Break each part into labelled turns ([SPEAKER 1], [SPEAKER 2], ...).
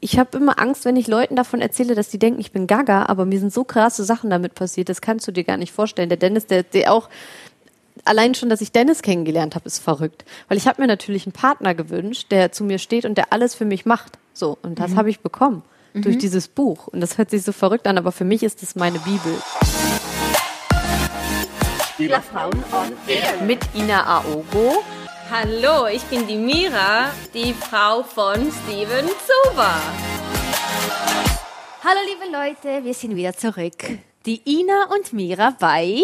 [SPEAKER 1] ich habe immer Angst, wenn ich Leuten davon erzähle, dass die denken, ich bin Gaga, aber mir sind so krasse Sachen damit passiert, das kannst du dir gar nicht vorstellen. Der Dennis, der, der auch allein schon, dass ich Dennis kennengelernt habe, ist verrückt, weil ich habe mir natürlich einen Partner gewünscht, der zu mir steht und der alles für mich macht. So und das habe ich bekommen durch dieses Buch und das hört sich so verrückt an, aber für mich ist das meine Bibel. Mit Ina Aogo.
[SPEAKER 2] Hallo, ich bin die Mira, die Frau von Steven Zuber.
[SPEAKER 3] Hallo liebe Leute, wir sind wieder zurück. Die Ina und Mira bei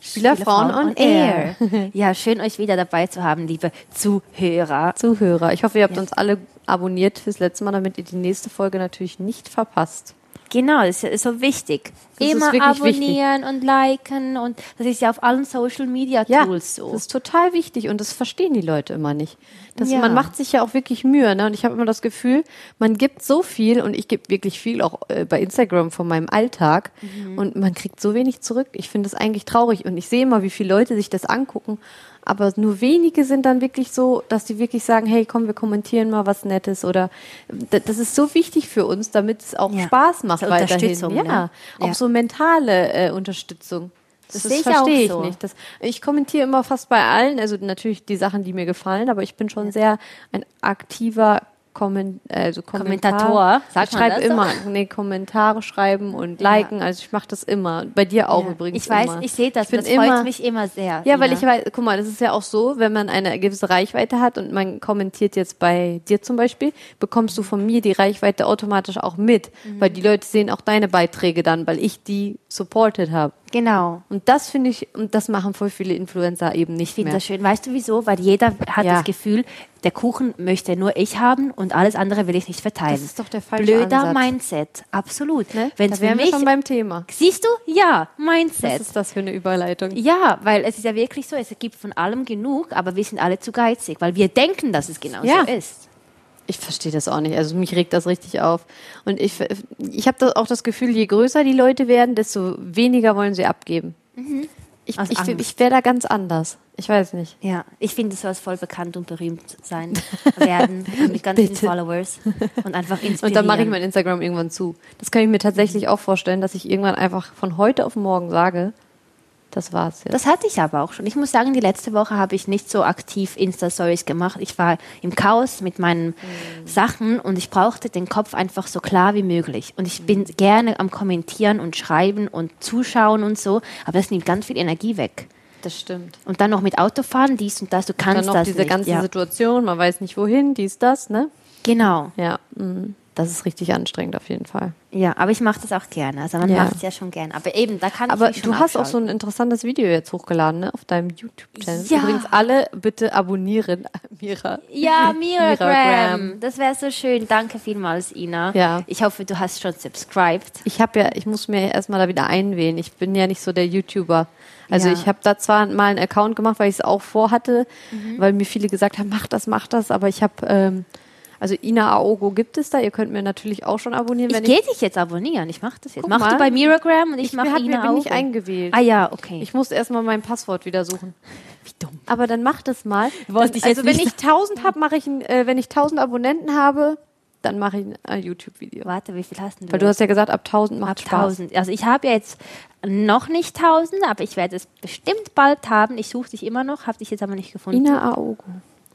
[SPEAKER 1] Spielerfrauen on Air.
[SPEAKER 3] Ja, schön euch wieder dabei zu haben, liebe Zuhörer.
[SPEAKER 1] Zuhörer. Ich hoffe, ihr habt uns alle abonniert fürs letzte Mal, damit ihr die nächste Folge natürlich nicht verpasst.
[SPEAKER 3] Genau, das ist so wichtig.
[SPEAKER 1] Das ist
[SPEAKER 3] Immer
[SPEAKER 1] wirklich
[SPEAKER 3] abonnieren und liken und das ist ja auf allen Social Media
[SPEAKER 1] Ja,
[SPEAKER 3] Tools so.
[SPEAKER 1] das ist total wichtig und das verstehen die Leute immer nicht. Das,
[SPEAKER 3] Ja.
[SPEAKER 1] Man macht sich ja auch wirklich Mühe ne? und ich habe immer das Gefühl, man gibt so viel und ich gebe wirklich viel auch äh, bei Instagram von meinem Alltag
[SPEAKER 3] Mhm.
[SPEAKER 1] und man kriegt so wenig zurück. Ich finde das eigentlich traurig und ich sehe immer, wie viele Leute sich das angucken, aber nur wenige sind dann wirklich so, dass die wirklich sagen, hey komm, wir kommentieren mal was Nettes oder äh, d- das ist so wichtig für uns, damit es auch
[SPEAKER 3] Ja,
[SPEAKER 1] Spaß macht
[SPEAKER 3] zur
[SPEAKER 1] weiterhin.
[SPEAKER 3] Unterstützung,
[SPEAKER 1] ja,
[SPEAKER 3] ne?
[SPEAKER 1] auch
[SPEAKER 3] Ja.
[SPEAKER 1] so mentale äh, Unterstützung. Das,
[SPEAKER 3] Das sehe ich auch
[SPEAKER 1] verstehe ich
[SPEAKER 3] so.
[SPEAKER 1] nicht. Das, ich kommentiere immer fast bei allen, also natürlich die Sachen, die mir gefallen, aber ich bin schon sehr ein aktiver Kommen, also Kommentar.
[SPEAKER 3] Kommentator, sagt
[SPEAKER 1] ich
[SPEAKER 3] man
[SPEAKER 1] schreibe
[SPEAKER 3] das so?
[SPEAKER 1] immer, nee, Kommentare schreiben und liken, also ich mache das immer. Bei dir auch
[SPEAKER 3] Ja.
[SPEAKER 1] übrigens
[SPEAKER 3] Ich weiß,
[SPEAKER 1] immer.
[SPEAKER 3] ich sehe das,
[SPEAKER 1] bin
[SPEAKER 3] das
[SPEAKER 1] immer-
[SPEAKER 3] freut mich immer sehr.
[SPEAKER 1] Ja, weil
[SPEAKER 3] Ina.
[SPEAKER 1] ich weiß, guck mal, das ist ja auch so, wenn man eine gewisse Reichweite hat und man kommentiert jetzt bei dir zum Beispiel, bekommst du von mir die Reichweite automatisch auch mit, weil die Leute sehen auch deine Beiträge dann, weil ich die supported habe.
[SPEAKER 3] Genau.
[SPEAKER 1] Und das finde ich, und das machen voll viele Influencer eben nicht
[SPEAKER 3] Ich finde
[SPEAKER 1] mehr.
[SPEAKER 3] das schön. Weißt du wieso? Weil jeder hat
[SPEAKER 1] Ja.
[SPEAKER 3] das Gefühl, der Kuchen möchte nur ich haben und alles andere will ich nicht verteilen.
[SPEAKER 1] Das ist doch der falsche
[SPEAKER 3] Blöder
[SPEAKER 1] Ansatz.
[SPEAKER 3] Mindset. Absolut.
[SPEAKER 1] Ne?
[SPEAKER 3] Wenn's
[SPEAKER 1] da
[SPEAKER 3] für
[SPEAKER 1] wären wir
[SPEAKER 3] mich,
[SPEAKER 1] schon beim Thema.
[SPEAKER 3] siehst du? Ja,
[SPEAKER 1] Was
[SPEAKER 3] Mindset.
[SPEAKER 1] ist das für eine Überleitung?
[SPEAKER 3] Ja, weil es ist ja wirklich so, es gibt von allem genug, aber wir sind alle zu geizig, weil wir denken, dass es genau
[SPEAKER 1] Ja.
[SPEAKER 3] so ist.
[SPEAKER 1] Ich verstehe das auch nicht. Also mich regt das richtig auf. Und ich, ich habe da auch das Gefühl, je größer die Leute werden, desto weniger wollen sie abgeben. Ich,
[SPEAKER 3] Mhm. Aus
[SPEAKER 1] ich,
[SPEAKER 3] Angst.
[SPEAKER 1] ich wäre da ganz anders. Ich weiß nicht.
[SPEAKER 3] Ja, ich finde, du sollst voll bekannt und berühmt sein werden und mit ganz vielen
[SPEAKER 1] Bitte.
[SPEAKER 3] Followers und einfach inspirieren.
[SPEAKER 1] Und dann mache ich mein Instagram irgendwann zu. Das kann ich mir
[SPEAKER 3] Mhm.
[SPEAKER 1] tatsächlich auch vorstellen, dass ich irgendwann einfach von heute auf morgen sage, das war's jetzt.
[SPEAKER 3] Das hatte ich aber auch schon. Ich muss sagen, die letzte Woche habe ich nicht so aktiv Insta-Stories gemacht. Ich war im Chaos mit meinen
[SPEAKER 1] Mhm.
[SPEAKER 3] Sachen und ich brauchte den Kopf einfach so klar wie möglich. Und ich bin gerne am Kommentieren und Schreiben und Zuschauen und so, aber das nimmt ganz viel Energie weg.
[SPEAKER 1] das stimmt.
[SPEAKER 3] Und dann noch mit Autofahren, dies und das, du
[SPEAKER 1] Dann
[SPEAKER 3] kannst
[SPEAKER 1] noch
[SPEAKER 3] das
[SPEAKER 1] diese
[SPEAKER 3] nicht.
[SPEAKER 1] ganze
[SPEAKER 3] ja.
[SPEAKER 1] Situation, man weiß nicht wohin, dies, das, ne?
[SPEAKER 3] Genau,
[SPEAKER 1] Ja, mhm. das ist richtig anstrengend auf jeden Fall.
[SPEAKER 3] ja, aber ich mache das auch gerne. Also man
[SPEAKER 1] Ja.
[SPEAKER 3] macht es ja schon gerne. Aber eben, da kann
[SPEAKER 1] Aber
[SPEAKER 3] ich mich schon
[SPEAKER 1] du hast auch so
[SPEAKER 3] abschalten.
[SPEAKER 1] ein interessantes Video jetzt hochgeladen, ne? Auf deinem YouTube-Channel.
[SPEAKER 3] Ja.
[SPEAKER 1] Übrigens, alle bitte abonnieren, Mira.
[SPEAKER 3] Ja, Miragram.
[SPEAKER 1] Miragram.
[SPEAKER 3] Das wäre so schön. Danke vielmals, Ina.
[SPEAKER 1] Ja.
[SPEAKER 3] Ich hoffe, du hast schon subscribed.
[SPEAKER 1] Ich habe ja, ich muss mir erstmal da wieder einwählen. Ich bin ja nicht so der YouTuber. Also
[SPEAKER 3] Ja.
[SPEAKER 1] ich habe da zwar mal einen Account gemacht, weil ich es auch vorhatte,
[SPEAKER 3] Mhm.
[SPEAKER 1] weil mir viele gesagt haben, mach das, mach das, aber ich habe, ähm, also Ina Aogo gibt es da. Ihr könnt mir natürlich auch schon abonnieren, wenn
[SPEAKER 3] ich
[SPEAKER 1] ich.
[SPEAKER 3] gehe dich jetzt abonnieren. Ich mache das jetzt.
[SPEAKER 1] Guck
[SPEAKER 3] Mach
[SPEAKER 1] mal.
[SPEAKER 3] du bei Miragram und ich, mache
[SPEAKER 1] mir hat- mir
[SPEAKER 3] Ina
[SPEAKER 1] bin
[SPEAKER 3] auch.
[SPEAKER 1] ich eingewählt.
[SPEAKER 3] Ah ja, okay.
[SPEAKER 1] Ich muss erstmal mein Passwort wieder suchen.
[SPEAKER 3] Wie dumm.
[SPEAKER 1] Aber dann mach das mal.
[SPEAKER 3] Wollte ich
[SPEAKER 1] also
[SPEAKER 3] jetzt
[SPEAKER 1] wenn
[SPEAKER 3] nicht
[SPEAKER 1] ich 1000 habe, mache ich ein, äh, wenn ich 1000 Abonnenten habe, dann mache ich ein äh, YouTube Video.
[SPEAKER 3] Warte, wie viel hast denn du?
[SPEAKER 1] Weil du hast ja gesagt, ab 1000 macht Spaß.
[SPEAKER 3] 1000. Also ich habe ja jetzt noch nicht 1000, aber ich werde es bestimmt bald haben. Ich suche dich immer noch, habe dich jetzt aber nicht gefunden.
[SPEAKER 1] Ina Aogo.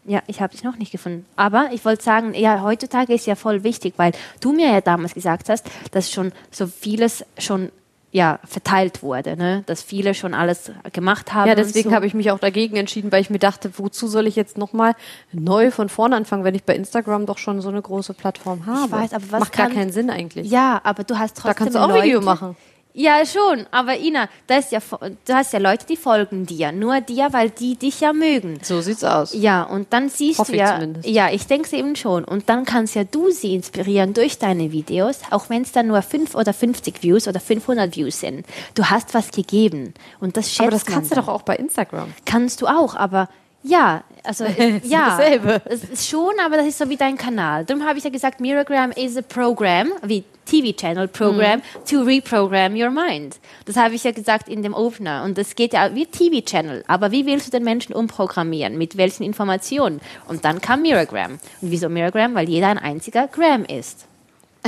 [SPEAKER 3] Ja, ich habe dich noch nicht gefunden. Aber ich wollte sagen, ja, heutzutage ist ja voll wichtig, weil du mir ja damals gesagt hast, dass schon so vieles schon ja, verteilt wurde, ne? dass viele schon alles gemacht haben.
[SPEAKER 1] Ja, deswegen
[SPEAKER 3] und so.
[SPEAKER 1] habe ich mich auch dagegen entschieden, weil ich mir dachte, wozu soll ich jetzt nochmal neu von vorne anfangen, wenn ich bei Instagram doch schon so eine große Plattform habe?
[SPEAKER 3] weiß, aber was
[SPEAKER 1] Macht gar
[SPEAKER 3] kann-
[SPEAKER 1] keinen Sinn eigentlich.
[SPEAKER 3] Ja, aber du hast trotzdem
[SPEAKER 1] da kannst du auch
[SPEAKER 3] Leute,
[SPEAKER 1] Video machen.
[SPEAKER 3] Ja, schon, aber Ina, das ist ja, vo- du hast ja Leute, die folgen dir, nur dir, weil die dich ja mögen.
[SPEAKER 1] So sieht's aus.
[SPEAKER 3] Ja, und dann siehst
[SPEAKER 1] Hoffe
[SPEAKER 3] du
[SPEAKER 1] ich
[SPEAKER 3] ja,
[SPEAKER 1] zumindest.
[SPEAKER 3] ja, ich denke eben schon. Und dann kannst ja du sie inspirieren durch deine Videos, auch wenn es dann nur 5 oder 50 Views oder 500 Views sind. Du hast was gegeben und das schätzt
[SPEAKER 1] aber das
[SPEAKER 3] man
[SPEAKER 1] kannst du
[SPEAKER 3] dann.
[SPEAKER 1] doch auch bei Instagram.
[SPEAKER 3] Kannst du auch, aber ja, also es- ja,
[SPEAKER 1] dasselbe.
[SPEAKER 3] es ist schon, aber das ist so wie dein Kanal. Darum habe ich ja gesagt, Miragram is a program, wie TV Channel
[SPEAKER 1] Mhm.
[SPEAKER 3] Program to reprogram your mind. Das habe ich ja gesagt in dem Opener und das geht ja wie TV Channel, aber wie willst du den Menschen umprogrammieren mit welchen Informationen? Und dann kam Miragram. Und wieso Miragram? Weil jeder ein einziger Gram ist.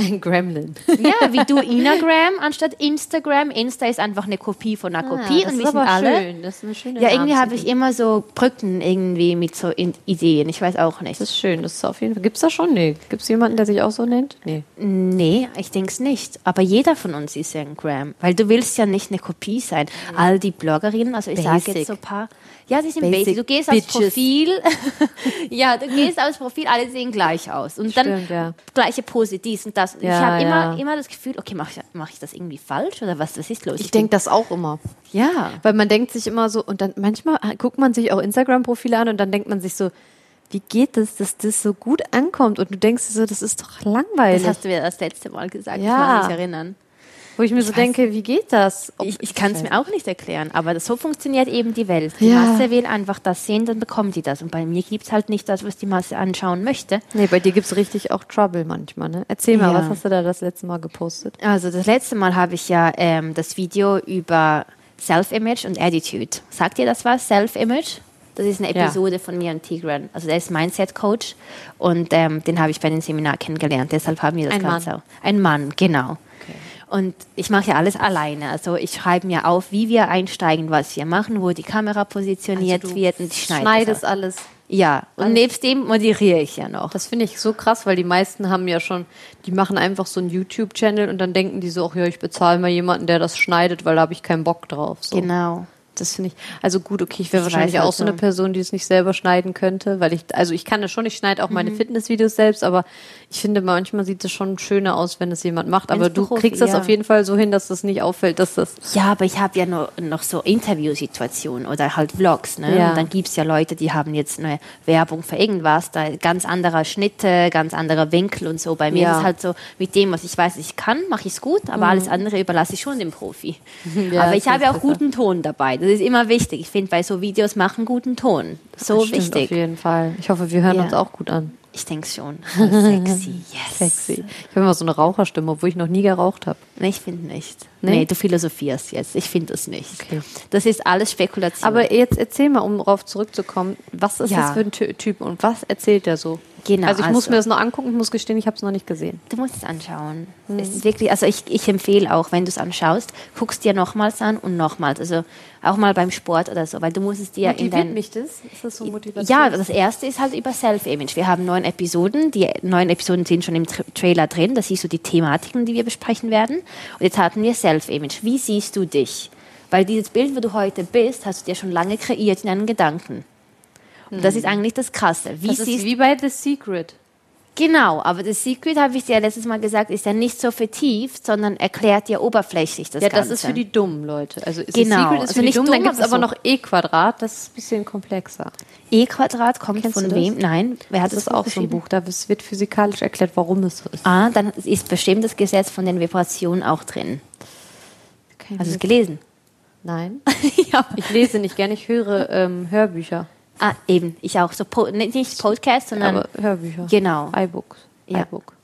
[SPEAKER 1] Ein Gremlin.
[SPEAKER 3] Ja, wie du Inagram anstatt Instagram. Insta ist einfach eine Kopie von
[SPEAKER 1] Ah,
[SPEAKER 3] einer Kopie und wir sind alle.
[SPEAKER 1] schön. Das ist eine schöne
[SPEAKER 3] Ja, irgendwie habe ich immer so Brücken irgendwie mit so in Ideen. Ich weiß auch nicht.
[SPEAKER 1] Das ist schön, das ist auf jeden Fall. Gibt's da schon? Nee. Gibt's jemanden, der sich auch so nennt? Nee.
[SPEAKER 3] Nee, ich denke es nicht. Aber jeder von uns ist ja ein Gram. Weil du willst ja nicht eine Kopie sein. All die Bloggerinnen, also ich sage
[SPEAKER 1] Basic.
[SPEAKER 3] jetzt so ein paar. Ja, die sind basic.
[SPEAKER 1] Basic
[SPEAKER 3] Du gehst
[SPEAKER 1] Bitches.
[SPEAKER 3] aufs Profil. ja, du gehst aufs Profil, alle sehen gleich aus. Und dann
[SPEAKER 1] Stimmt, ja.
[SPEAKER 3] gleiche Pose, dies und das. Und ich
[SPEAKER 1] Ja,
[SPEAKER 3] habe
[SPEAKER 1] ja.
[SPEAKER 3] immer, immer das Gefühl, okay, mache ich, mach ich das irgendwie falsch oder was, was ist los?
[SPEAKER 1] Ich denke das auch immer.
[SPEAKER 3] bin- ja.
[SPEAKER 1] Weil man denkt sich immer so, und dann manchmal ah, guckt man sich auch Instagram-Profile an und dann denkt man sich so, wie geht es, dass das so gut ankommt? Und du denkst dir so, das ist doch langweilig.
[SPEAKER 3] Das hast du mir das letzte Mal gesagt,
[SPEAKER 1] Ja.
[SPEAKER 3] ich kann mich erinnern.
[SPEAKER 1] wo ich mir so denke, wie geht das? Ob-
[SPEAKER 3] Ich, ich kann es mir auch nicht erklären, aber so funktioniert eben die Welt. Die
[SPEAKER 1] Ja.
[SPEAKER 3] Masse will einfach das sehen, dann bekommt die das. Und bei mir gibt es halt nicht das, was die Masse anschauen möchte.
[SPEAKER 1] Nee, bei dir gibt's richtig auch Trouble manchmal, ne? Erzähl mal,
[SPEAKER 3] Ja.
[SPEAKER 1] was hast du da das letzte Mal gepostet?
[SPEAKER 3] Also das letzte Mal habe ich ja ähm, das Video über Self-Image und Attitude. Sagt ihr das was? Self-Image? Das ist eine
[SPEAKER 1] Ja.
[SPEAKER 3] Episode von mir und Tigran. Also der ist Mindset-Coach und ähm, den habe ich bei dem Seminar kennengelernt. Deshalb haben wir das
[SPEAKER 1] Ein
[SPEAKER 3] Ganze
[SPEAKER 1] Mann.
[SPEAKER 3] auch. Ein Mann, genau. Und ich mache ja alles alleine. Also ich schreibe mir auf, wie wir einsteigen, was wir machen, wo die Kamera positioniert
[SPEAKER 1] Also du
[SPEAKER 3] wird und ich schneide. das
[SPEAKER 1] Schneidest
[SPEAKER 3] auch.
[SPEAKER 1] alles.
[SPEAKER 3] Ja, und nebst dem moderiere ich ja noch.
[SPEAKER 1] Das finde ich so krass, weil die meisten haben ja schon, die machen einfach so einen YouTube-Channel und dann denken die so, ach ja, ich bezahle mal jemanden, der das schneidet, weil da habe ich keinen Bock drauf. So.
[SPEAKER 3] Genau.
[SPEAKER 1] Das finde ich, also gut, okay, ich wäre
[SPEAKER 3] Ich
[SPEAKER 1] wahrscheinlich
[SPEAKER 3] weiß,
[SPEAKER 1] auch
[SPEAKER 3] was
[SPEAKER 1] so
[SPEAKER 3] du-
[SPEAKER 1] eine Person, die es nicht selber schneiden könnte, weil ich, also ich kann das schon, ich schneide auch
[SPEAKER 3] Mhm.
[SPEAKER 1] meine Fitnessvideos selbst, aber ich finde, manchmal sieht es schon schöner aus, wenn es jemand macht, aber
[SPEAKER 3] Wenn's
[SPEAKER 1] du
[SPEAKER 3] Profi,
[SPEAKER 1] kriegst das
[SPEAKER 3] ja.
[SPEAKER 1] auf jeden Fall so hin, dass das nicht auffällt, dass das,
[SPEAKER 3] Ja, aber ich habe ja nur, noch so Interviewsituationen oder halt Vlogs. Ne?
[SPEAKER 1] Ja.
[SPEAKER 3] Und dann gibt's ja Leute, die haben jetzt eine Werbung für irgendwas, da ganz anderer Schnitte, ganz anderer Winkel und so. Bei mir
[SPEAKER 1] Ja. Mhm.
[SPEAKER 3] ist es halt so, mit dem, was ich weiß, ich kann, mache ich's gut, aber alles andere überlasse ich schon dem Profi.
[SPEAKER 1] Ja,
[SPEAKER 3] aber
[SPEAKER 1] das
[SPEAKER 3] ich habe
[SPEAKER 1] ist
[SPEAKER 3] ja auch
[SPEAKER 1] besser.
[SPEAKER 3] guten Ton dabei. Das ist immer wichtig. Ich finde, bei so Videos machen guten Ton. So
[SPEAKER 1] das stimmt auf
[SPEAKER 3] wichtig.
[SPEAKER 1] jeden Fall. Ich hoffe, wir hören
[SPEAKER 3] Ja.
[SPEAKER 1] uns auch gut an.
[SPEAKER 3] Ich denk's schon. Sexy, yes.
[SPEAKER 1] Sexy. Ich habe immer so eine Raucherstimme, obwohl ich noch nie geraucht habe.
[SPEAKER 3] Nee, ich finde nicht.
[SPEAKER 1] Nee?
[SPEAKER 3] Nee? du philosophierst jetzt. Ich finde das nicht.
[SPEAKER 1] Okay.
[SPEAKER 3] Das ist alles Spekulation.
[SPEAKER 1] Aber jetzt erzähl mal, um darauf zurückzukommen, was ist
[SPEAKER 3] Ja.
[SPEAKER 1] das für ein Ty- Typ und was erzählt er so?
[SPEAKER 3] Genau,
[SPEAKER 1] Also ich muss
[SPEAKER 3] also-
[SPEAKER 1] mir das noch angucken, ich muss gestehen, ich habe es noch nicht gesehen.
[SPEAKER 3] Du musst es anschauen.
[SPEAKER 1] Hm.
[SPEAKER 3] Es ist wirklich, also ich, ich empfehle auch, wenn du es anschaust, guckst dir nochmals an und nochmals. Also auch mal beim Sport oder so, weil du musst es dir in dein
[SPEAKER 1] das? Ist das so
[SPEAKER 3] ja, das erste ist halt über Self-Image. Wir haben neun Episoden. Die neun Episoden sind schon im Tra Trailer drin. Das siehst du die Thematiken, die wir besprechen werden. Und jetzt hatten wir Self-Image. Wie siehst du dich? Weil dieses Bild, wo du heute bist, hast du dir schon lange kreiert in deinen Gedanken. Und das ist eigentlich das Krasse. Wie
[SPEAKER 1] Hm. Das
[SPEAKER 3] siehst
[SPEAKER 1] ist wie bei The Secret.
[SPEAKER 3] Genau, aber das Secret, habe ich dir ja letztes Mal gesagt, ist ja nicht so vertieft, sondern erklärt dir oberflächlich das
[SPEAKER 1] Ja,
[SPEAKER 3] Ganze.
[SPEAKER 1] das ist für die Dummen, Leute. Also The
[SPEAKER 3] Genau.
[SPEAKER 1] Secret ist
[SPEAKER 3] Also
[SPEAKER 1] für die
[SPEAKER 3] nicht
[SPEAKER 1] Dummen, dann
[SPEAKER 3] dumm,
[SPEAKER 1] gibt es aber
[SPEAKER 3] aber so.
[SPEAKER 1] noch E-Quadrat, das ist ein bisschen komplexer.
[SPEAKER 3] E-Quadrat kommt
[SPEAKER 1] Kennst du
[SPEAKER 3] von
[SPEAKER 1] das?
[SPEAKER 3] wem? Nein, wer hat
[SPEAKER 1] Das
[SPEAKER 3] das,
[SPEAKER 1] ist auch so ein
[SPEAKER 3] geschrieben?
[SPEAKER 1] Buch, da es wird physikalisch erklärt, warum es so ist.
[SPEAKER 3] Ah, dann ist bestimmt das Gesetz von den Vibrationen auch drin. Hast du es gelesen?
[SPEAKER 1] Nein,
[SPEAKER 3] ja.
[SPEAKER 1] Also, ich lese nicht gerne, ich höre ähm, Hörbücher,
[SPEAKER 3] Ah, eben, ich auch. So po nicht- nicht Podcast, sondern
[SPEAKER 1] aber Hörbücher.
[SPEAKER 3] Genau.
[SPEAKER 1] iBooks.
[SPEAKER 3] Ja.
[SPEAKER 1] iBook.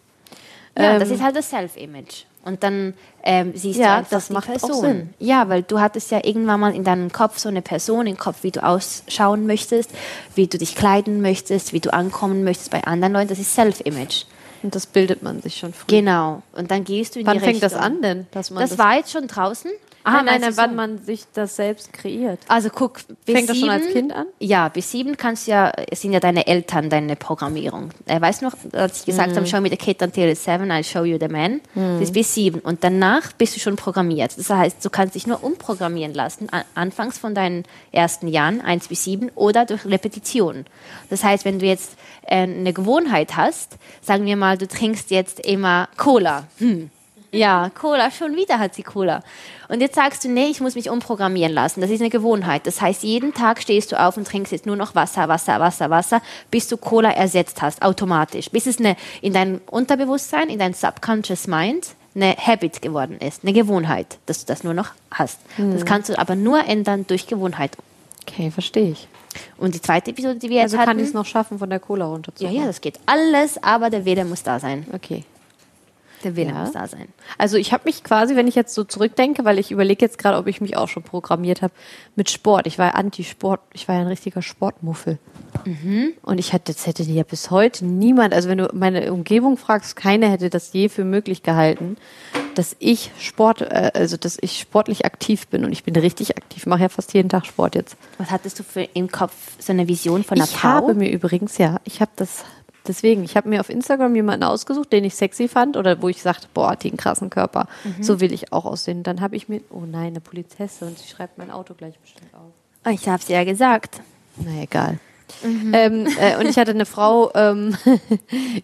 [SPEAKER 3] Ja,
[SPEAKER 1] Ähm,
[SPEAKER 3] das ist halt das Self-Image. Und dann ähm, siehst
[SPEAKER 1] Ja,
[SPEAKER 3] du einfach
[SPEAKER 1] das
[SPEAKER 3] die
[SPEAKER 1] macht auch
[SPEAKER 3] Person.
[SPEAKER 1] Sinn.
[SPEAKER 3] Ja, weil du hattest ja irgendwann mal in deinem Kopf so eine Person im Kopf, wie du ausschauen möchtest, wie du dich kleiden möchtest, wie du ankommen möchtest bei anderen Leuten. Das ist Self-Image.
[SPEAKER 1] Und das bildet man sich schon früh.
[SPEAKER 3] Genau. Und dann gehst du in
[SPEAKER 1] Wann
[SPEAKER 3] die
[SPEAKER 1] fängt
[SPEAKER 3] Richtung.
[SPEAKER 1] das an denn? Dass man
[SPEAKER 3] Das, war jetzt schon draußen.
[SPEAKER 1] ah, nein,
[SPEAKER 3] meinst
[SPEAKER 1] nein,
[SPEAKER 3] du
[SPEAKER 1] wann
[SPEAKER 3] so?
[SPEAKER 1] man sich das selbst kreiert.
[SPEAKER 3] Also guck, bis
[SPEAKER 1] Fängt das schon als
[SPEAKER 3] sieben-
[SPEAKER 1] Kind an?
[SPEAKER 3] Ja, bis sieben kannst du ja, es sind ja deine Eltern deine Programmierung. Äh, weißt du noch, als ich gesagt
[SPEAKER 1] Mhm.
[SPEAKER 3] habe, show me the kid until it's seven, I'll show you the man. Das ist bis sieben. Und danach bist du schon programmiert. Das heißt, du kannst dich nur umprogrammieren lassen, a- anfangs von deinen ersten Jahren, eins bis sieben, oder durch Repetition. Das heißt, wenn du jetzt äh, eine Gewohnheit hast, sagen wir mal, du trinkst jetzt immer Cola. Ja, Cola, schon wieder hat sie Cola. Und jetzt sagst du, nee, ich muss mich umprogrammieren lassen. Das ist eine Gewohnheit. Das heißt, jeden Tag stehst du auf und trinkst jetzt nur noch Wasser, Wasser, Wasser, Wasser, bis du Cola ersetzt hast, automatisch. Bis es eine, in deinem Unterbewusstsein, in deinem Subconscious Mind, eine Habit geworden ist, eine Gewohnheit, dass du das nur noch hast. Das kannst du aber nur ändern durch Gewohnheit.
[SPEAKER 1] Okay, verstehe ich.
[SPEAKER 3] Und die zweite Episode, die wir jetzt
[SPEAKER 1] Also
[SPEAKER 3] hatten,
[SPEAKER 1] kann ich es noch schaffen, von der Cola runterzukommen.
[SPEAKER 3] ja, ja, das geht alles, aber der Wille muss da sein.
[SPEAKER 1] Okay.
[SPEAKER 3] Der Wille
[SPEAKER 1] Ja.
[SPEAKER 3] muss da sein.
[SPEAKER 1] Also ich habe mich quasi, wenn ich jetzt so zurückdenke, weil ich überlege jetzt gerade, ob ich mich auch schon programmiert habe, mit Sport. Ich war Anti-Sport, ich war ja ein richtiger Sportmuffel. Und ich hatte, das hätte ja bis heute niemand, also wenn du meine Umgebung fragst, keiner hätte das je für möglich gehalten, dass ich Sport, äh, also dass ich sportlich aktiv bin und ich bin richtig aktiv, mache ja fast jeden Tag Sport jetzt.
[SPEAKER 3] Was hattest du für im Kopf so eine Vision von einer
[SPEAKER 1] ich
[SPEAKER 3] Frau?
[SPEAKER 1] habe mir übrigens, ja, ich habe das, deswegen, ich habe mir auf Instagram jemanden ausgesucht, den ich sexy fand oder wo ich sagte, boah, hat die einen krassen Körper. So will ich auch aussehen. Dann habe ich mir, oh nein, eine Polizesse und sie schreibt mein Auto gleich bestimmt auf.
[SPEAKER 3] Oh, ich habe es ja gesagt.
[SPEAKER 1] Na egal. Ähm, äh, und ich hatte eine Frau, ähm,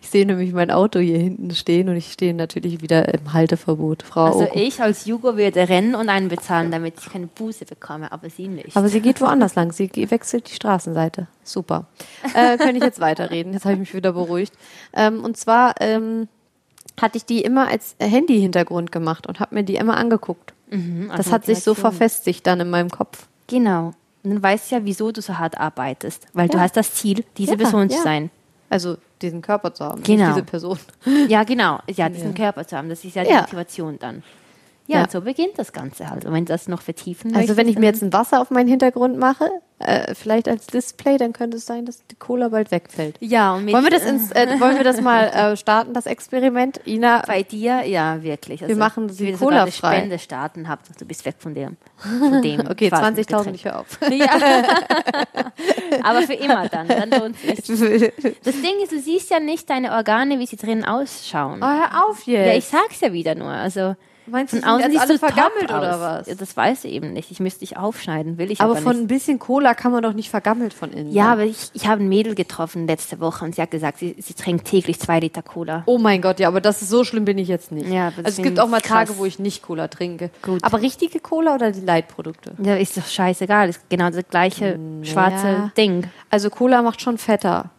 [SPEAKER 1] ich sehe nämlich mein Auto hier hinten stehen und ich stehe natürlich wieder im Halteverbot. Frau
[SPEAKER 3] Also
[SPEAKER 1] Oko.
[SPEAKER 3] ich als Jugo würde rennen und einen bezahlen, damit ich keine Buße bekomme, aber sie nicht.
[SPEAKER 1] Aber sie geht woanders lang. Sie ge- wechselt die Straßenseite. Super. Äh, kann ich jetzt weiterreden? Jetzt habe ich mich wieder beruhigt. Ähm, und zwar ähm, hatte ich die immer als Handy-Hintergrund gemacht und habe mir die immer angeguckt.
[SPEAKER 3] Mhm, Hm, also
[SPEAKER 1] das hat sich so
[SPEAKER 3] Argumentation.
[SPEAKER 1] verfestigt dann in meinem Kopf.
[SPEAKER 3] genau. Und dann weißt du ja, wieso du so hart arbeitest, weil du
[SPEAKER 1] Ja.
[SPEAKER 3] hast das Ziel, diese
[SPEAKER 1] Ja,
[SPEAKER 3] Person zu
[SPEAKER 1] ja.
[SPEAKER 3] sein.
[SPEAKER 1] Also diesen Körper zu haben,
[SPEAKER 3] Genau.
[SPEAKER 1] nicht diese Person.
[SPEAKER 3] Ja, genau. Ja, diesen Körper zu haben, das ist ja die
[SPEAKER 1] Ja.
[SPEAKER 3] Motivation dann. Ja,
[SPEAKER 1] Ja.
[SPEAKER 3] Und so beginnt das Ganze halt. Und wenn du das noch vertiefen
[SPEAKER 1] Also
[SPEAKER 3] möchtest,
[SPEAKER 1] wenn ich mir
[SPEAKER 3] dann-
[SPEAKER 1] jetzt ein Wasser auf meinen Hintergrund mache, äh, vielleicht als Display, dann könnte es sein, dass die Cola bald wegfällt.
[SPEAKER 3] ja, und mit,
[SPEAKER 1] Wollen wir das, ins, äh, wollen wir das mal äh, starten, das Experiment? Ina,
[SPEAKER 3] bei dir, ja, wirklich. Also,
[SPEAKER 1] machen
[SPEAKER 3] wie
[SPEAKER 1] sie
[SPEAKER 3] wir sogar eine
[SPEAKER 1] colafrei.
[SPEAKER 3] Spende starten habt, du bist weg von dem. Von dem
[SPEAKER 1] okay, 20.000,
[SPEAKER 3] fasen Getränk.
[SPEAKER 1] ich hör auf.
[SPEAKER 3] Ja. Aber für immer dann, dann lohnt sich. Das Ding ist, du siehst ja nicht deine Organe, wie sie drinnen ausschauen.
[SPEAKER 1] Oh, hör auf jetzt.
[SPEAKER 3] ja, ich sag's ja wieder nur. Also
[SPEAKER 1] Meinst du, die
[SPEAKER 3] von
[SPEAKER 1] sind jetzt
[SPEAKER 3] außen siehst
[SPEAKER 1] alle
[SPEAKER 3] du
[SPEAKER 1] vergammelt
[SPEAKER 3] top
[SPEAKER 1] oder
[SPEAKER 3] aus.
[SPEAKER 1] was?
[SPEAKER 3] Ja, das weiß ich eben nicht. Ich müsste dich aufschneiden, will ich aber,
[SPEAKER 1] aber von
[SPEAKER 3] nicht.
[SPEAKER 1] ein bisschen Cola kann man doch nicht vergammelt von innen.
[SPEAKER 3] Ja,
[SPEAKER 1] sein.
[SPEAKER 3] aber ich, ich habe ein Mädel getroffen letzte Woche und sie hat gesagt, sie, sie trinkt täglich zwei Liter Cola.
[SPEAKER 1] Oh mein Gott, ja, aber das ist so schlimm bin ich jetzt nicht.
[SPEAKER 3] Ja,
[SPEAKER 1] also es
[SPEAKER 3] deswegen
[SPEAKER 1] gibt auch mal
[SPEAKER 3] krass.
[SPEAKER 1] Tage, wo ich nicht Cola trinke.
[SPEAKER 3] Gut.
[SPEAKER 1] Aber richtige Cola oder die Leitprodukte?
[SPEAKER 3] Ja, ist doch scheißegal. Ist genau das gleiche schwarze Ding.
[SPEAKER 1] Also Cola macht schon fetter.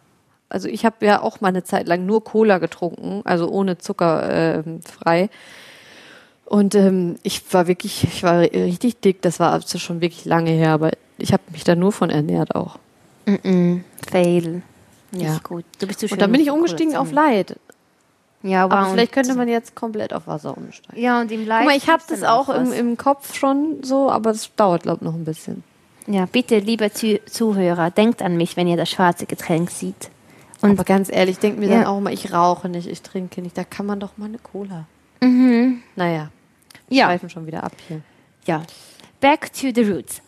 [SPEAKER 1] Also ich habe ja auch mal eine Zeit lang nur Cola getrunken, also ohne Zucker ähm, frei. Und ähm, ich war wirklich, ich war richtig dick. Das war also schon wirklich lange her, aber ich habe mich da nur von ernährt auch.
[SPEAKER 3] Fail. Nicht
[SPEAKER 1] Ja.
[SPEAKER 3] gut. Du bist zu schön.
[SPEAKER 1] Und dann bin ich
[SPEAKER 3] um
[SPEAKER 1] umgestiegen
[SPEAKER 3] Cola
[SPEAKER 1] auf
[SPEAKER 3] zu
[SPEAKER 1] Light.
[SPEAKER 3] nehmen. Ja, wow.
[SPEAKER 1] Aber vielleicht
[SPEAKER 3] und-
[SPEAKER 1] könnte man jetzt komplett auf Wasser umsteigen.
[SPEAKER 3] Ja, und im Live.
[SPEAKER 1] Guck mal, ich habe
[SPEAKER 3] gibt's
[SPEAKER 1] das
[SPEAKER 3] dann
[SPEAKER 1] auch im,
[SPEAKER 3] was.
[SPEAKER 1] im Kopf schon so, aber es dauert, glaube ich, noch ein bisschen.
[SPEAKER 3] Ja, bitte, lieber Zu Zuhörer, denkt an mich, wenn ihr das schwarze Getränk sieht. Und
[SPEAKER 1] Aber ganz ehrlich, denk mir
[SPEAKER 3] Ja.
[SPEAKER 1] dann auch mal, ich rauche nicht, ich trinke nicht. Da kann man doch mal eine Cola. Mhm. Naja, wir
[SPEAKER 3] Ja.
[SPEAKER 1] schweifen schon wieder ab hier.
[SPEAKER 3] ja, back to the roots.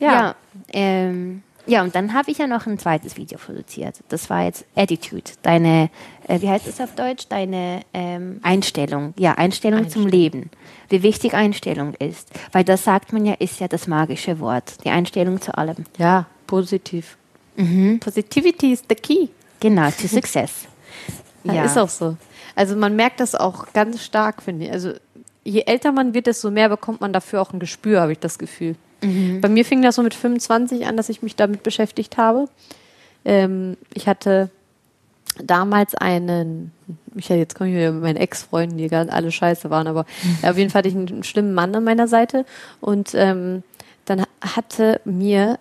[SPEAKER 1] ja.
[SPEAKER 3] ja, ähm, ja und dann habe ich ja noch ein zweites Video produziert. Das war jetzt Attitude, deine, äh, wie heißt es auf Deutsch? Deine ähm, Einstellung. Ja, Einstellung, zum Leben. Wie wichtig Einstellung ist. Weil das sagt man ja, ist ja das magische Wort. Die Einstellung zu allem.
[SPEAKER 1] ja, positiv. Mhm. Positivity is the key.
[SPEAKER 3] Genau, to success.
[SPEAKER 1] Ja. Ist auch so. Also man merkt das auch ganz stark, finde ich. Also je älter man wird, desto mehr bekommt man dafür auch ein Gespür, habe ich das Gefühl. Bei mir fing das so mit 25 an, dass ich mich damit beschäftigt habe. Ähm, ich hatte damals einen, ich, ja, jetzt komme ich wieder mit meinen Ex-Freunden, die ganz alle scheiße waren, aber auf jeden Fall hatte ich einen, einen schlimmen Mann an meiner Seite und ähm, dann ha- hatte mir,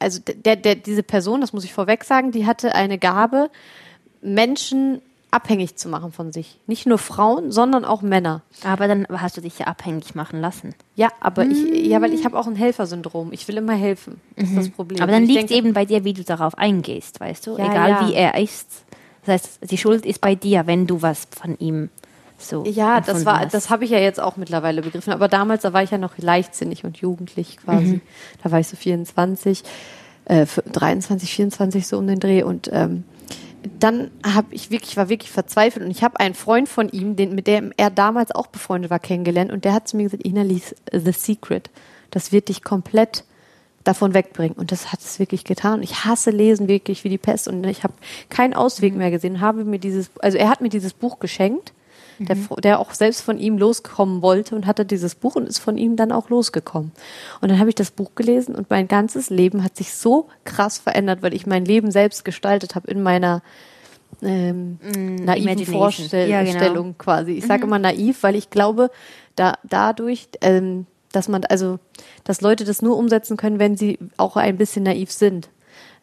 [SPEAKER 1] also der, der- der, diese Person, das muss ich vorweg sagen, die hatte eine Gabe, Menschen abhängig zu machen von sich. Nicht nur Frauen, sondern auch Männer.
[SPEAKER 3] Aber dann hast du dich ja abhängig machen lassen.
[SPEAKER 1] Ja, aber ich, ja, weil ich habe auch ein Helfersyndrom. Ich will immer helfen. Das ist das Problem.
[SPEAKER 3] Mhm. Aber dann
[SPEAKER 1] Und ich
[SPEAKER 3] liegt
[SPEAKER 1] denke-
[SPEAKER 3] eben bei dir, wie du darauf eingehst, weißt du?
[SPEAKER 1] Ja,
[SPEAKER 3] Egal
[SPEAKER 1] ja.
[SPEAKER 3] wie er ist. Das heißt, die Schuld ist bei dir, wenn du was von ihm so.
[SPEAKER 1] Ja, das
[SPEAKER 3] empfunden
[SPEAKER 1] war,
[SPEAKER 3] hast.
[SPEAKER 1] das habe ich ja jetzt auch mittlerweile begriffen. Aber damals, da war ich ja noch leichtsinnig und jugendlich
[SPEAKER 3] Mhm.
[SPEAKER 1] quasi. Da war ich so 24, äh, f- 23, 24 so um den Dreh. Und ähm, dann habe ich wirklich, war wirklich verzweifelt und ich habe einen Freund von ihm, den, mit dem er damals auch befreundet war, kennengelernt und der hat zu mir gesagt, Ina, lies The Secret. Das wird dich komplett davon wegbringen. Und das hat es wirklich getan. Ich hasse Lesen wirklich wie die Pest und ich habe keinen Ausweg mehr gesehen. Habe mir dieses, also er hat mir dieses Buch geschenkt, der, fro- der auch selbst von ihm loskommen wollte und hatte dieses Buch und ist von ihm dann auch losgekommen. Und dann habe ich das Buch gelesen und mein ganzes Leben hat sich so krass verändert, weil ich mein Leben selbst gestaltet habe in meiner ähm, naiven
[SPEAKER 3] Mm, Imagination.
[SPEAKER 1] Vorstellung
[SPEAKER 3] Ja, genau.
[SPEAKER 1] quasi. Ich sage immer naiv, weil ich glaube, da, dadurch, ähm, dass man, also, dass Leute das nur umsetzen können, wenn sie auch ein bisschen naiv sind.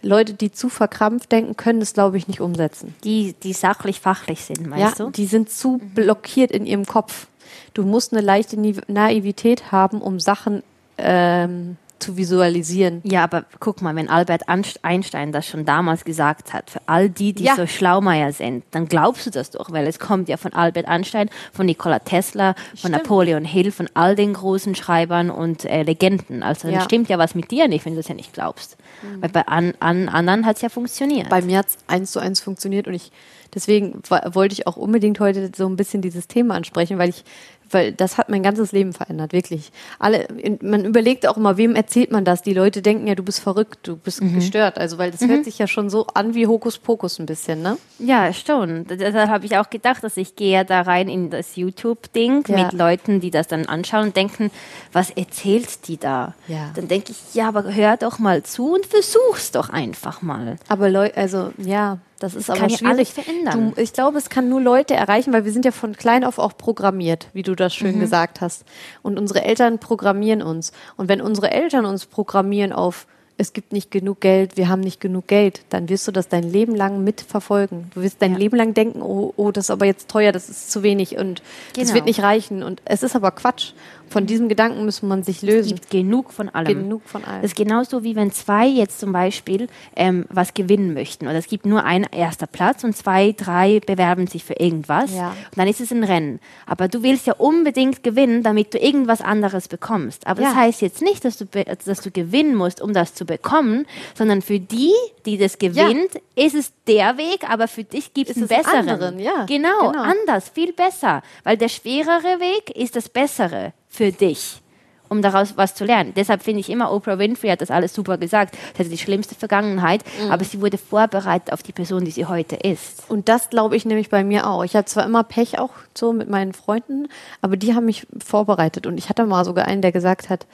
[SPEAKER 1] Leute, die zu verkrampft denken, können es, glaube ich, nicht umsetzen.
[SPEAKER 3] Die, die sachlich-fachlich sind,
[SPEAKER 1] Ja,
[SPEAKER 3] meinst du? Mhm.
[SPEAKER 1] die sind zu blockiert in ihrem Kopf. Du musst eine leichte Ni- Naivität haben, um Sachen ähm, zu visualisieren.
[SPEAKER 3] Ja, aber guck mal, wenn Albert Anst- Einstein das schon damals gesagt hat, für all die, die
[SPEAKER 1] Ja.
[SPEAKER 3] so Schlaumeier sind, dann glaubst du das doch, weil es kommt ja von Albert Einstein, von Nikola Tesla, von Napoleon Hill, von all den großen Schreibern und äh, Legenden. Also dann
[SPEAKER 1] Ja. Mhm.
[SPEAKER 3] stimmt ja was mit dir nicht, wenn du das ja nicht glaubst. Weil bei an, an anderen hat's ja funktioniert.
[SPEAKER 1] Bei mir hat's eins zu eins funktioniert und ich deswegen wa- wollte ich auch unbedingt heute so ein bisschen dieses Thema ansprechen, weil ich weil das hat mein ganzes Leben verändert, wirklich. Alle, in- man überlegt auch immer, wem erzählt man das? Die Leute denken ja, du bist verrückt, du bist gestört. Also, weil das hört sich ja schon so an wie Hokuspokus ein bisschen, ne?
[SPEAKER 3] Ja, schon. D- Deshalb habe ich auch gedacht, dass ich gehe da rein in das YouTube-Ding
[SPEAKER 1] Ja.
[SPEAKER 3] mit Leuten, die das dann anschauen und denken, was erzählt die da?
[SPEAKER 1] Ja.
[SPEAKER 3] Dann denke ich, ja, aber hör doch mal zu und versuch's doch einfach mal.
[SPEAKER 1] Aber Leute, also ja, das ist aber
[SPEAKER 3] kann ja
[SPEAKER 1] schwierig.
[SPEAKER 3] alles verändern.
[SPEAKER 1] Du, ich glaube, es kann nur Leute erreichen, weil wir sind ja von klein auf auch programmiert, wie du das
[SPEAKER 3] Mhm.
[SPEAKER 1] schön gesagt hast. Und unsere Eltern programmieren uns. Und wenn unsere Eltern uns programmieren auf es gibt nicht genug Geld, wir haben nicht genug Geld, dann wirst du das dein Leben lang mitverfolgen. Du wirst dein Leben lang denken, oh, oh, das ist aber jetzt teuer, das ist zu wenig und das
[SPEAKER 3] Genau. Mhm.
[SPEAKER 1] wird nicht reichen. Und es ist aber Quatsch. Von diesem Gedanken müssen man sich lösen.
[SPEAKER 3] gibt genug von allem.
[SPEAKER 1] Genug von allem.
[SPEAKER 3] Das ist genauso wie wenn zwei jetzt zum Beispiel ähm, was gewinnen möchten. Oder es gibt nur einen erster Platz und zwei, drei bewerben sich für irgendwas.
[SPEAKER 1] Ja.
[SPEAKER 3] Und dann ist es ein Rennen. Aber du willst ja unbedingt gewinnen, damit du irgendwas anderes bekommst. Aber das
[SPEAKER 1] Ja.
[SPEAKER 3] heißt jetzt nicht, dass du, be- dass du gewinnen musst, um das zu bekommen, sondern für die, die das gewinnt, ist es der Weg, aber für dich gibt es einen
[SPEAKER 1] es einen
[SPEAKER 3] besseren.
[SPEAKER 1] anderen, ja.
[SPEAKER 3] Genau,
[SPEAKER 1] Genau.
[SPEAKER 3] anders, viel besser. Weil der schwerere Weg ist das bessere für dich, um daraus was zu lernen. Deshalb finde ich immer, Oprah Winfrey hat das alles super gesagt. Sie hatte die schlimmste Vergangenheit,
[SPEAKER 1] Mhm.
[SPEAKER 3] aber sie wurde vorbereitet auf die Person, die sie heute ist.
[SPEAKER 1] Und das glaube ich nämlich bei mir auch. Ich hatte zwar immer Pech auch so mit meinen Freunden, aber die haben mich vorbereitet. Und ich hatte mal sogar einen, der gesagt hat,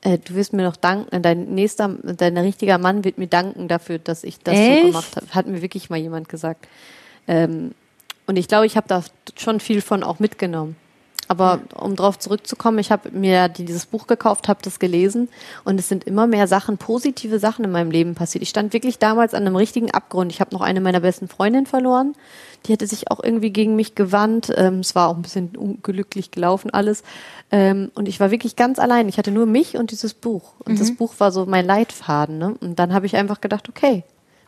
[SPEAKER 1] äh, du wirst mir noch danken, äh, dein nächster, dein richtiger Mann wird mir danken dafür, dass ich das so
[SPEAKER 3] Echt?
[SPEAKER 1] gemacht habe. Hat mir wirklich mal jemand gesagt. Ähm, und ich glaube, ich habe da schon viel von auch mitgenommen. Aber um drauf zurückzukommen, ich habe mir dieses Buch gekauft, habe das gelesen und es sind immer mehr Sachen, positive Sachen in meinem Leben passiert. Ich stand wirklich damals an einem richtigen Abgrund. Ich habe noch eine meiner besten Freundinnen verloren. Die hatte sich auch irgendwie gegen mich gewandt. Ähm, es war auch ein bisschen unglücklich gelaufen alles. Ähm, und ich war wirklich ganz allein. Ich hatte nur mich und dieses Buch. Und das Buch war so mein Leitfaden. Ne? Und dann habe ich einfach gedacht, okay,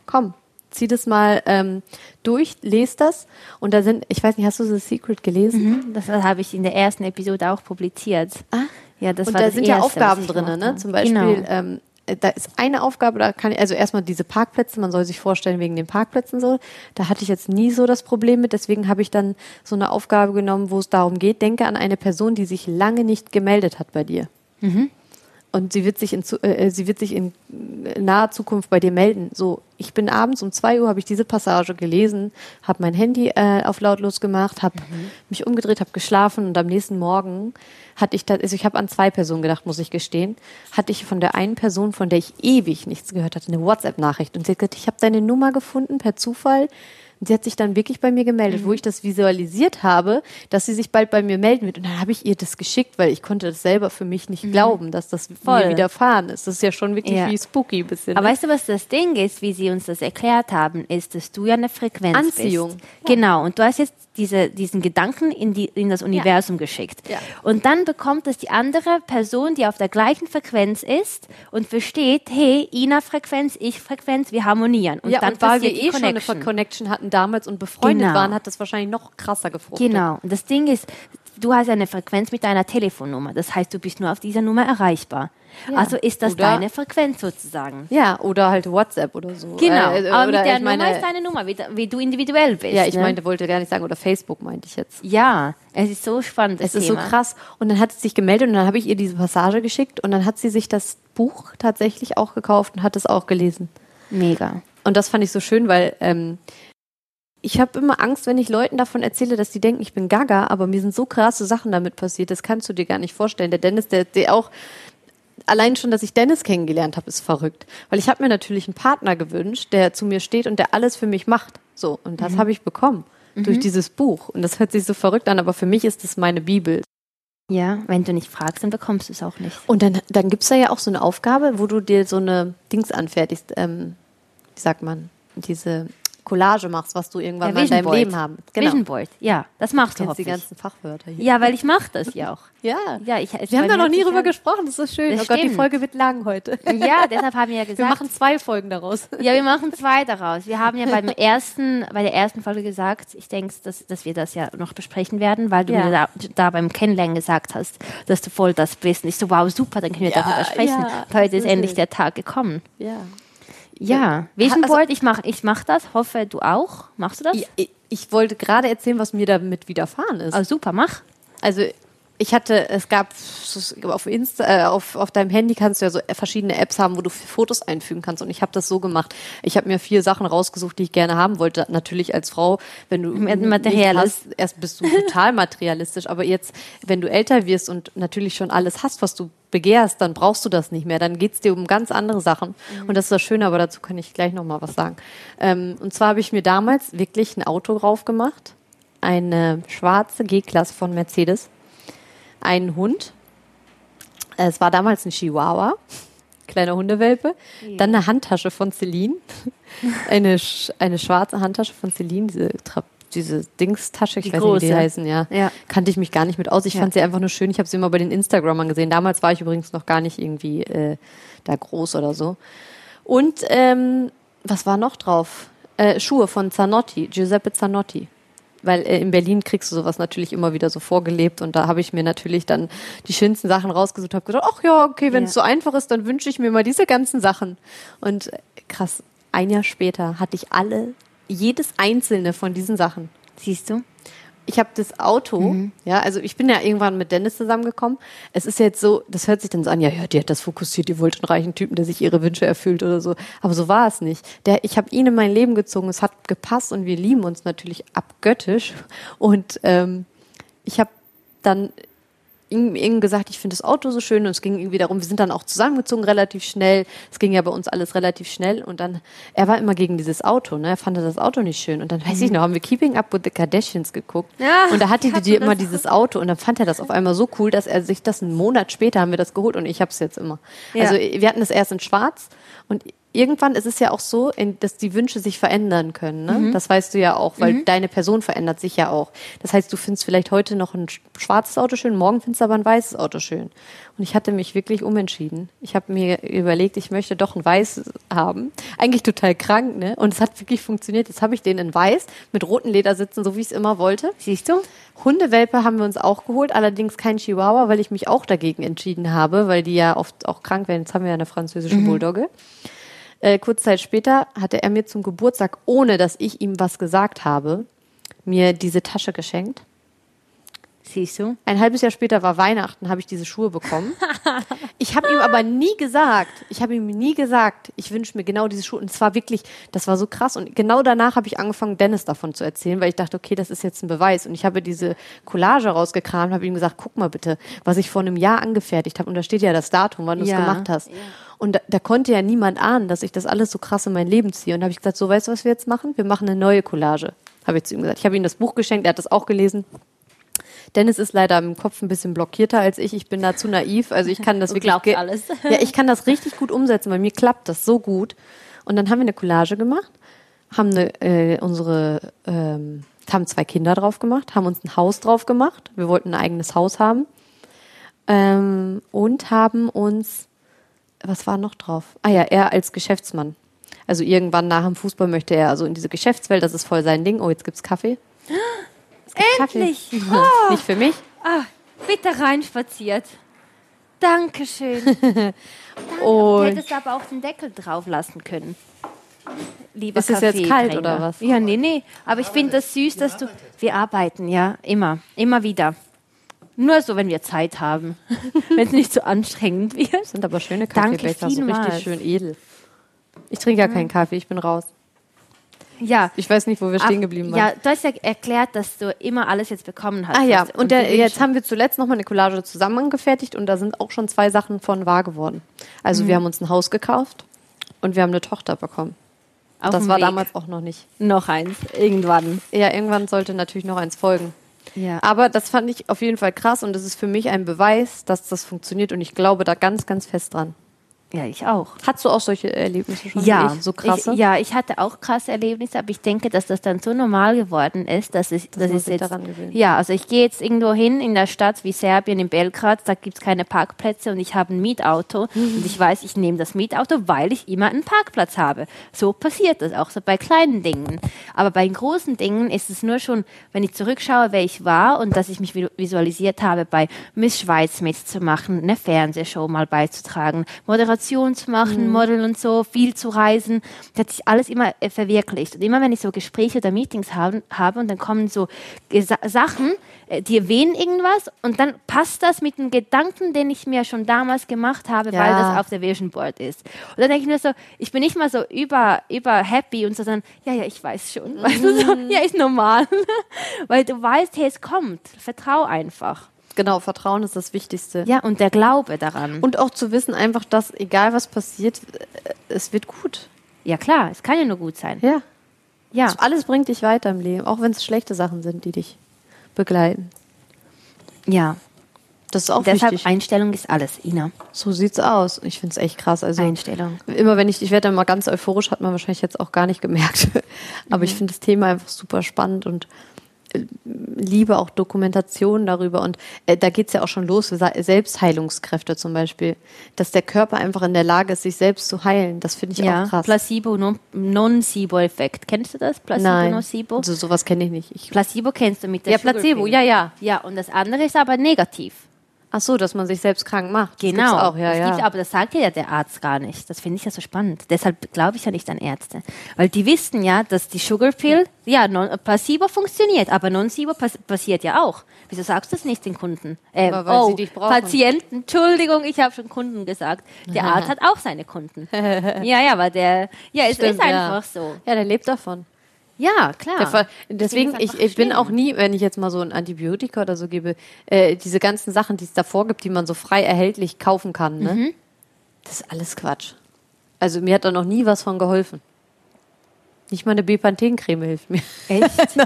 [SPEAKER 1] komm, zieh das mal ähm, durch, lese das. Und da sind, ich weiß nicht, hast du The Secret gelesen?
[SPEAKER 3] Das habe ich in der ersten Episode auch publiziert. Ah. Ja, das
[SPEAKER 1] und
[SPEAKER 3] war
[SPEAKER 1] da
[SPEAKER 3] das
[SPEAKER 1] sind ja
[SPEAKER 3] Erste, was
[SPEAKER 1] Aufgaben
[SPEAKER 3] ich
[SPEAKER 1] drin,
[SPEAKER 3] gemacht
[SPEAKER 1] ne?
[SPEAKER 3] habe.
[SPEAKER 1] Zum Beispiel,
[SPEAKER 3] Genau.
[SPEAKER 1] ähm, äh, da ist eine Aufgabe, da kann ich, also erstmal diese Parkplätze, man soll sich vorstellen wegen den Parkplätzen so, da hatte ich jetzt nie so das Problem mit, deswegen habe ich dann so eine Aufgabe genommen, wo es darum geht, denke an eine Person, die sich lange nicht gemeldet hat bei dir. Und sie wird sich in, zu- äh, sie wird sich in äh, naher Zukunft bei dir melden. So, ich bin abends um 2 Uhr, habe ich diese Passage gelesen, habe mein Handy äh, auf lautlos gemacht, habe mich umgedreht, habe geschlafen und am nächsten Morgen hatte ich, da- also ich habe an zwei Personen gedacht, muss ich gestehen, hatte ich von der einen Person, von der ich ewig nichts gehört hatte, eine WhatsApp-Nachricht und sie hat gesagt, ich habe deine Nummer gefunden per Zufall. Und sie hat sich dann wirklich bei mir gemeldet,
[SPEAKER 3] Mhm.
[SPEAKER 1] wo ich das visualisiert habe, dass sie sich bald bei mir melden wird. Und dann habe ich ihr das geschickt, weil ich konnte das selber für mich nicht glauben, dass das mir
[SPEAKER 3] Mhm. Voll.
[SPEAKER 1] widerfahren ist. Das ist ja schon wirklich
[SPEAKER 3] Ja.
[SPEAKER 1] wie spooky ein bisschen.
[SPEAKER 3] Aber
[SPEAKER 1] ne?
[SPEAKER 3] weißt du, was das Ding ist, wie sie uns das erklärt haben, ist, dass du ja eine Frequenz
[SPEAKER 1] Anziehung.
[SPEAKER 3] bist. Genau. Und du hast jetzt diese, diesen Gedanken in, die, in das Universum geschickt.
[SPEAKER 1] Ja.
[SPEAKER 3] Und dann bekommt es die andere Person, die auf der gleichen Frequenz ist und versteht, hey, Ina Frequenz, ich Frequenz, wir harmonieren. Und
[SPEAKER 1] ja,
[SPEAKER 3] dann
[SPEAKER 1] und weil wir
[SPEAKER 3] passiert die
[SPEAKER 1] eh schon eine
[SPEAKER 3] Connection.
[SPEAKER 1] Ver- Connection hatten damals und befreundet
[SPEAKER 3] Genau.
[SPEAKER 1] waren, hat das wahrscheinlich noch krasser gefruchtet.
[SPEAKER 3] Genau. Und das Ding ist, du hast eine Frequenz mit deiner Telefonnummer. Das heißt, du bist nur auf dieser Nummer erreichbar. Also ist das
[SPEAKER 1] Oder-
[SPEAKER 3] deine Frequenz sozusagen.
[SPEAKER 1] Ja, oder halt WhatsApp oder so.
[SPEAKER 3] Genau,
[SPEAKER 1] Äh, äh,
[SPEAKER 3] aber
[SPEAKER 1] oder
[SPEAKER 3] mit der
[SPEAKER 1] ich meine,
[SPEAKER 3] Nummer ist deine Nummer, wie, wie du individuell bist.
[SPEAKER 1] Ja, ich
[SPEAKER 3] ne?
[SPEAKER 1] meinte, wollte gar nicht sagen, oder Facebook meinte ich jetzt.
[SPEAKER 3] Ja, es ist so spannend. Das
[SPEAKER 1] Es ist so
[SPEAKER 3] Thema.
[SPEAKER 1] krass. Und dann hat sie sich gemeldet und dann habe ich ihr diese Passage geschickt und dann hat sie sich das Buch tatsächlich auch gekauft und hat es auch gelesen.
[SPEAKER 3] Mega.
[SPEAKER 1] Und das fand ich so schön, weil ähm, ich habe immer Angst, wenn ich Leuten davon erzähle, dass die denken, ich bin Gaga, aber mir sind so krasse Sachen damit passiert, das kannst du dir gar nicht vorstellen. Der Dennis, der, der auch, allein schon, dass ich Dennis kennengelernt habe, ist verrückt. Weil ich habe mir natürlich einen Partner gewünscht, der zu mir steht und der alles für mich macht. So, und das habe ich bekommen durch dieses Buch. Und das hört sich so verrückt an, aber für mich ist es meine Bibel.
[SPEAKER 3] Ja, wenn du nicht fragst, dann bekommst du es auch nicht.
[SPEAKER 1] Und dann, dann gibt's da ja auch so eine Aufgabe, wo du dir so eine Dings anfertigst. Ähm, wie sagt man, diese Collage machst, was du irgendwann
[SPEAKER 3] Ja,
[SPEAKER 1] mal in
[SPEAKER 3] Vision
[SPEAKER 1] deinem
[SPEAKER 3] Board.
[SPEAKER 1] Leben haben. Genau.
[SPEAKER 3] Vision Board. Ja, das machst du
[SPEAKER 1] Kennst die
[SPEAKER 3] hoffentlich.
[SPEAKER 1] ganzen Fachwörter hier.
[SPEAKER 3] Ja, weil ich mache das ja auch.
[SPEAKER 1] Ja.
[SPEAKER 3] Ja, ich, es-
[SPEAKER 1] Wir haben
[SPEAKER 3] bei
[SPEAKER 1] da
[SPEAKER 3] mir
[SPEAKER 1] noch nie
[SPEAKER 3] hat sich
[SPEAKER 1] drüber
[SPEAKER 3] ja-
[SPEAKER 1] gesprochen. Das ist so schön.
[SPEAKER 3] Das
[SPEAKER 1] oh Gott, die
[SPEAKER 3] stimmt.
[SPEAKER 1] Folge wird lang heute.
[SPEAKER 3] Ja, deshalb haben wir ja gesagt,
[SPEAKER 1] Wir machen zwei Folgen daraus.
[SPEAKER 3] ja, wir machen zwei daraus. Wir haben ja beim ersten, bei der ersten Folge gesagt, ich denke, dass, dass wir das ja noch besprechen werden, weil du
[SPEAKER 1] Ja.
[SPEAKER 3] mir da, da beim Kennenlernen gesagt hast, dass du voll das bist. Und ich so, wow, super, dann können wir
[SPEAKER 1] Ja,
[SPEAKER 3] darüber sprechen.
[SPEAKER 1] ja,
[SPEAKER 3] Und Heute ist
[SPEAKER 1] so
[SPEAKER 3] endlich
[SPEAKER 1] schön.
[SPEAKER 3] der Tag gekommen.
[SPEAKER 1] Ja.
[SPEAKER 3] Ja, Vision
[SPEAKER 1] also-
[SPEAKER 3] Board, ich mach, ich mach das, hoffe du auch. Machst du das?
[SPEAKER 1] Ich, ich, ich wollte gerade erzählen, was mir damit widerfahren ist.
[SPEAKER 3] Oh, super, mach.
[SPEAKER 1] Also ich hatte, es gab auf Insta, äh, auf, auf deinem Handy kannst du ja so verschiedene Apps haben, wo du Fotos einfügen kannst. Und ich habe das so gemacht. Ich habe mir vier Sachen rausgesucht, die ich gerne haben wollte. Natürlich als Frau, wenn du
[SPEAKER 3] Mit
[SPEAKER 1] nichts
[SPEAKER 3] Materialist.
[SPEAKER 1] hast, erst bist du total materialistisch. Aber jetzt, wenn du älter wirst und natürlich schon alles hast, was du begehrst, dann brauchst du das nicht mehr. Dann geht's dir um ganz andere Sachen. Und das ist das Schöne, aber dazu kann ich gleich nochmal was sagen. Ähm, und zwar habe ich mir damals wirklich ein Auto drauf gemacht. Eine schwarze G-Klasse von Mercedes einen Hund. Es war damals ein Chihuahua, kleiner Hundewelpe. Dann eine Handtasche von Celine, eine, sch eine schwarze Handtasche von Celine, diese, Tra diese Dingstasche, ich
[SPEAKER 3] Die
[SPEAKER 1] weiß nicht, wie die
[SPEAKER 3] große.
[SPEAKER 1] heißen, ja.
[SPEAKER 3] Ja.
[SPEAKER 1] Kannte ich mich gar nicht mit aus. Ich fand sie einfach nur schön. Ich habe sie immer bei den Instagrammern gesehen. Damals war ich übrigens noch gar nicht irgendwie äh, da groß oder so. Und ähm, was war noch drauf? Äh, Schuhe von Zanotti, Giuseppe Zanotti. Weil äh, in Berlin kriegst du sowas natürlich immer wieder so vorgelebt und da habe ich mir natürlich dann die schönsten Sachen rausgesucht, habe gedacht, ach ja, okay, wenn es so
[SPEAKER 3] Ja.
[SPEAKER 1] einfach ist, dann wünsche ich mir mal diese ganzen Sachen. Und äh, krass, ein Jahr später hatte ich alle, jedes einzelne von diesen Sachen
[SPEAKER 3] Siehst du?
[SPEAKER 1] ich habe das Auto, ja, also ich bin ja irgendwann mit Dennis zusammengekommen. Es ist jetzt so, das hört sich dann so an, ja, ja, die hat das fokussiert, die wollte einen reichen Typen, der sich ihre Wünsche erfüllt oder so. Aber so war es nicht. Der, ich habe ihn in mein Leben gezogen, es hat gepasst und wir lieben uns natürlich abgöttisch. Und ähm, ich habe dann ihm ihm gesagt, ich finde das Auto so schön und es ging irgendwie darum, wir sind dann auch zusammengezogen relativ schnell. Es ging ja bei uns alles relativ schnell und dann, er war immer gegen dieses Auto, ne? Er fand das Auto nicht schön und dann weiß ich noch, haben wir Keeping Up with the Kardashians geguckt
[SPEAKER 3] Mhm. Ja,
[SPEAKER 1] und da hatte
[SPEAKER 3] ich
[SPEAKER 1] die,
[SPEAKER 3] hatte
[SPEAKER 1] die immer
[SPEAKER 3] das
[SPEAKER 1] dieses Auto und dann fand er das auf einmal so cool, dass er sich das einen Monat später haben wir das geholt und ich habe es jetzt immer.
[SPEAKER 3] Ja.
[SPEAKER 1] Also wir hatten es erst in schwarz und irgendwann ist es ja auch so, in- dass die Wünsche sich verändern können. Ne? Das weißt du ja auch, weil deine Person verändert sich ja auch. Das heißt, du findest vielleicht heute noch ein sch- schwarzes Auto schön, morgen findest du aber ein weißes Auto schön. Und ich hatte mich wirklich umentschieden. Ich habe mir überlegt, ich möchte doch ein weißes haben. Eigentlich total krank, ne? Und es hat wirklich funktioniert. Jetzt habe ich den in weiß mit roten Ledersitzen, so wie ich es immer wollte.
[SPEAKER 3] Siehst du?
[SPEAKER 1] Hundewelpe haben wir uns auch geholt, allerdings kein Chihuahua, weil ich mich auch dagegen entschieden habe, weil die ja oft auch krank werden. Jetzt haben wir ja eine französische Bulldogge. Äh, kurze Zeit später hatte er mir zum Geburtstag, ohne dass ich ihm was gesagt habe, mir diese Tasche geschenkt.
[SPEAKER 3] Siehst du?
[SPEAKER 1] Ein halbes Jahr später war Weihnachten, habe ich diese Schuhe bekommen. Ich habe ihm aber nie gesagt, ich habe ihm nie gesagt, ich wünsche mir genau diese Schuhe. Und es war wirklich, das war so krass. Und genau danach habe ich angefangen, Dennis davon zu erzählen, weil ich dachte, okay, das ist jetzt ein Beweis. Und ich habe diese Collage rausgekramt, habe ihm gesagt, guck mal bitte, was ich vor einem Jahr angefertigt habe. Und da steht ja das Datum, wann du es
[SPEAKER 3] Ja.
[SPEAKER 1] gemacht hast. Und da, da konnte ja niemand ahnen, dass ich das alles so krass in mein Leben ziehe. Und da habe ich gesagt, so weißt du, was wir jetzt machen? Wir machen eine neue Collage, habe ich zu ihm gesagt. Ich habe ihm das Buch geschenkt, er hat das auch gelesen. Dennis ist leider im Kopf ein bisschen blockierter als ich. Ich bin da zu naiv. Also ich kann das
[SPEAKER 3] Du
[SPEAKER 1] wirklich.
[SPEAKER 3] glaubst
[SPEAKER 1] ge-
[SPEAKER 3] alles.
[SPEAKER 1] Ja, ich kann das richtig gut umsetzen, weil mir klappt das so gut. Und dann haben wir eine Collage gemacht, haben eine, äh, unsere, ähm, haben zwei Kinder drauf gemacht, haben uns ein Haus drauf gemacht. Wir wollten ein eigenes Haus haben. Ähm, und haben uns, was war noch drauf? Ah ja, er als Geschäftsmann. Also irgendwann nach dem Fußball möchte er also in diese Geschäftswelt, das ist voll sein Ding. Oh, jetzt gibt's Kaffee. Es gibt
[SPEAKER 3] Endlich!
[SPEAKER 1] Kaffee. Nicht für mich.
[SPEAKER 3] Ah, bitte reinspaziert. Dankeschön. Danke.
[SPEAKER 1] Und-
[SPEAKER 3] Du hättest aber auch den Deckel drauf lassen können. Lieber
[SPEAKER 1] Ist es jetzt
[SPEAKER 3] Kaffeetrinker.
[SPEAKER 1] kalt oder was?
[SPEAKER 3] Ja, nee, nee. Aber ich finde das süß, dass du. Wir arbeiten, ja. Immer. Immer wieder. Nur so, wenn wir Zeit haben. wenn es nicht so anstrengend wird.
[SPEAKER 1] Sind aber schöne
[SPEAKER 3] Danke
[SPEAKER 1] Kaffeebecher, so
[SPEAKER 3] vielmals.
[SPEAKER 1] richtig schön edel. Ich trinke ja keinen Kaffee, ich bin raus.
[SPEAKER 3] Ja.
[SPEAKER 1] Ich weiß nicht, wo wir stehen geblieben waren.
[SPEAKER 3] Ja, du hast ja erklärt, dass du immer alles jetzt bekommen hast.
[SPEAKER 1] Ah ja,
[SPEAKER 3] was du-
[SPEAKER 1] und der,
[SPEAKER 3] die
[SPEAKER 1] jetzt
[SPEAKER 3] Wünsche.
[SPEAKER 1] haben wir zuletzt nochmal eine Collage zusammengefertigt und da sind auch schon zwei Sachen von wahr geworden. Also wir haben uns ein Haus gekauft und wir haben eine Tochter bekommen.
[SPEAKER 3] Auf
[SPEAKER 1] das
[SPEAKER 3] dem
[SPEAKER 1] war
[SPEAKER 3] Weg.
[SPEAKER 1] damals auch noch nicht.
[SPEAKER 3] Noch eins. Irgendwann.
[SPEAKER 1] Ja, irgendwann sollte natürlich noch eins folgen.
[SPEAKER 3] Ja.
[SPEAKER 1] Aber das fand ich auf jeden Fall krass und das ist für mich ein Beweis, dass das funktioniert und ich glaube da ganz, ganz fest dran.
[SPEAKER 3] Ja, ich auch.
[SPEAKER 1] Hattest du auch solche Erlebnisse schon? wie
[SPEAKER 3] Ja,
[SPEAKER 1] ich? So krasse?
[SPEAKER 3] Ich, ja, ich hatte auch krasse Erlebnisse, aber ich denke, dass das dann so normal geworden ist, dass ich, dass
[SPEAKER 1] man
[SPEAKER 3] ich
[SPEAKER 1] sich
[SPEAKER 3] jetzt,
[SPEAKER 1] daran gewöhnt.
[SPEAKER 3] ja, also ich gehe jetzt irgendwo hin in der Stadt wie Serbien in Belgrad, da gibt's keine Parkplätze und ich habe ein Mietauto und ich weiß, ich nehme das Mietauto, weil ich immer einen Parkplatz habe. So passiert das auch so bei kleinen Dingen. Aber bei den großen Dingen ist es nur schon, wenn ich zurückschaue, wer ich war und dass ich mich vi- visualisiert habe, bei Miss Schweiz mitzumachen, eine Fernsehshow mal beizutragen, Moderation zu machen, Model und so, viel zu reisen. Das hat sich alles immer äh, verwirklicht. Und immer wenn ich so Gespräche oder Meetings haben, habe und dann kommen so Gesa Sachen, äh, die erwähnen irgendwas und dann passt das mit dem Gedanken, den ich mir schon damals gemacht habe,
[SPEAKER 1] Ja.
[SPEAKER 3] weil das auf der Vision Board ist. Und dann denke ich mir so, ich bin nicht mal so über, über happy und so, sondern ja, ja, ich weiß schon. Weißt du, so, ja, ist normal. Weil du weißt, hey, es kommt. Vertrau einfach.
[SPEAKER 1] Genau, Vertrauen ist das Wichtigste.
[SPEAKER 3] Ja, und der Glaube daran.
[SPEAKER 1] Und auch zu wissen einfach, dass egal was passiert, äh, es wird gut.
[SPEAKER 3] ja, klar, es kann ja nur gut sein.
[SPEAKER 1] Ja.
[SPEAKER 3] Ja.
[SPEAKER 1] Alles bringt dich weiter im Leben, auch wenn es schlechte Sachen sind, die dich begleiten.
[SPEAKER 3] Ja.
[SPEAKER 1] Das ist auch
[SPEAKER 3] Deshalb
[SPEAKER 1] wichtig.
[SPEAKER 3] Einstellung ist alles, Ina.
[SPEAKER 1] So sieht's aus. Ich find's echt krass. Also
[SPEAKER 3] Einstellung.
[SPEAKER 1] Immer wenn ich, ich werde dann mal ganz euphorisch, hat man wahrscheinlich jetzt auch gar nicht gemerkt. Aber ich finde das Thema einfach super spannend und äh, liebe auch Dokumentationen darüber. Und äh, da geht's ja auch schon los, Sa- Selbstheilungskräfte zum Beispiel. Dass der Körper einfach in der Lage ist, sich selbst zu heilen. Das finde ich
[SPEAKER 3] Ja,
[SPEAKER 1] auch krass.
[SPEAKER 3] Placebo, non- Non-Placebo-Effekt. Kennst du das? Placebo,
[SPEAKER 1] Nein,
[SPEAKER 3] Nocebo?
[SPEAKER 1] also sowas kenne ich nicht. Ich,
[SPEAKER 3] Placebo kennst du mit der
[SPEAKER 1] Ja, Placebo,
[SPEAKER 3] Sugarcreme.
[SPEAKER 1] ja, ja.
[SPEAKER 3] Ja, und das andere ist aber negativ.
[SPEAKER 1] ach so, dass man sich selbst krank macht. Das
[SPEAKER 3] Genau.
[SPEAKER 1] gibt's auch, ja,
[SPEAKER 3] das
[SPEAKER 1] ja.
[SPEAKER 3] gibt's, aber das sagt ja der Arzt gar nicht. Das finde ich ja so spannend. Deshalb glaube ich ja nicht an Ärzte. Weil die wissen ja, dass die Sugar Pill, ja, non, Placebo funktioniert, aber Non-Placebo pass passiert ja auch. Wieso sagst du das nicht den Kunden? Äh,
[SPEAKER 1] Aber weil
[SPEAKER 3] oh,
[SPEAKER 1] sie dich brauchen.
[SPEAKER 3] Patienten, Entschuldigung, ich habe schon Kunden gesagt. Der Arzt hat auch seine Kunden. ja, ja, aber der, ja, es ist
[SPEAKER 1] Stimmt, ja.
[SPEAKER 3] einfach so.
[SPEAKER 1] Ja, der lebt davon.
[SPEAKER 3] Ja, klar.
[SPEAKER 1] Der Ver
[SPEAKER 3] ist
[SPEAKER 1] deswegen,
[SPEAKER 3] einfach
[SPEAKER 1] ich, ich bin
[SPEAKER 3] schlimm.
[SPEAKER 1] auch nie, wenn ich jetzt mal so ein Antibiotika oder so gebe, äh, diese ganzen Sachen, die es davor gibt, die man so frei erhältlich kaufen kann, ne? das ist alles Quatsch. Also mir hat da noch nie was von geholfen. Nicht mal eine Bepanthen-Creme hilft mir.
[SPEAKER 3] Echt?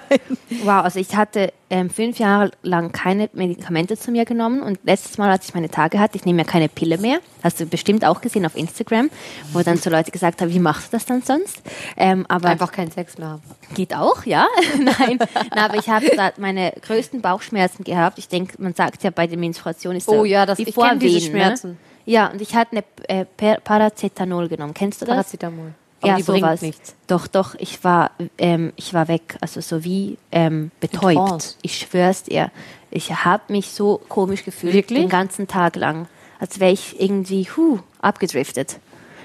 [SPEAKER 3] Wow, also ich hatte ähm, fünf Jahre lang keine Medikamente zu mir genommen und letztes Mal, als ich meine Tage hatte, ich nehme ja keine Pille mehr. Hast du bestimmt auch gesehen auf Instagram, wo dann so Leute gesagt haben, wie machst du das dann sonst? Ähm, aber
[SPEAKER 1] Einfach keinen Sex mehr haben.
[SPEAKER 3] Geht auch, ja. Nein, Na, aber ich habe da meine größten Bauchschmerzen gehabt. Ich denke, man sagt ja bei der Menstruation ist
[SPEAKER 1] Oh
[SPEAKER 3] da
[SPEAKER 1] ja, das-
[SPEAKER 3] die
[SPEAKER 1] ich kenn diese
[SPEAKER 3] Vorwehen,
[SPEAKER 1] Schmerzen.
[SPEAKER 3] Ne? Ja, und ich hatte eine äh, Per- Paracetanol genommen. Kennst du das?
[SPEAKER 1] Paracetamol. Aber die bringt
[SPEAKER 3] sowas.
[SPEAKER 1] nichts.
[SPEAKER 3] Doch, doch, ich war, ähm, ich war weg, also so wie ähm,
[SPEAKER 1] Trance.
[SPEAKER 3] betäubt. Ich schwör's dir, ich habe mich so komisch gefühlt
[SPEAKER 1] Wirklich?
[SPEAKER 3] den ganzen Tag lang, als wäre ich irgendwie huh, abgedriftet,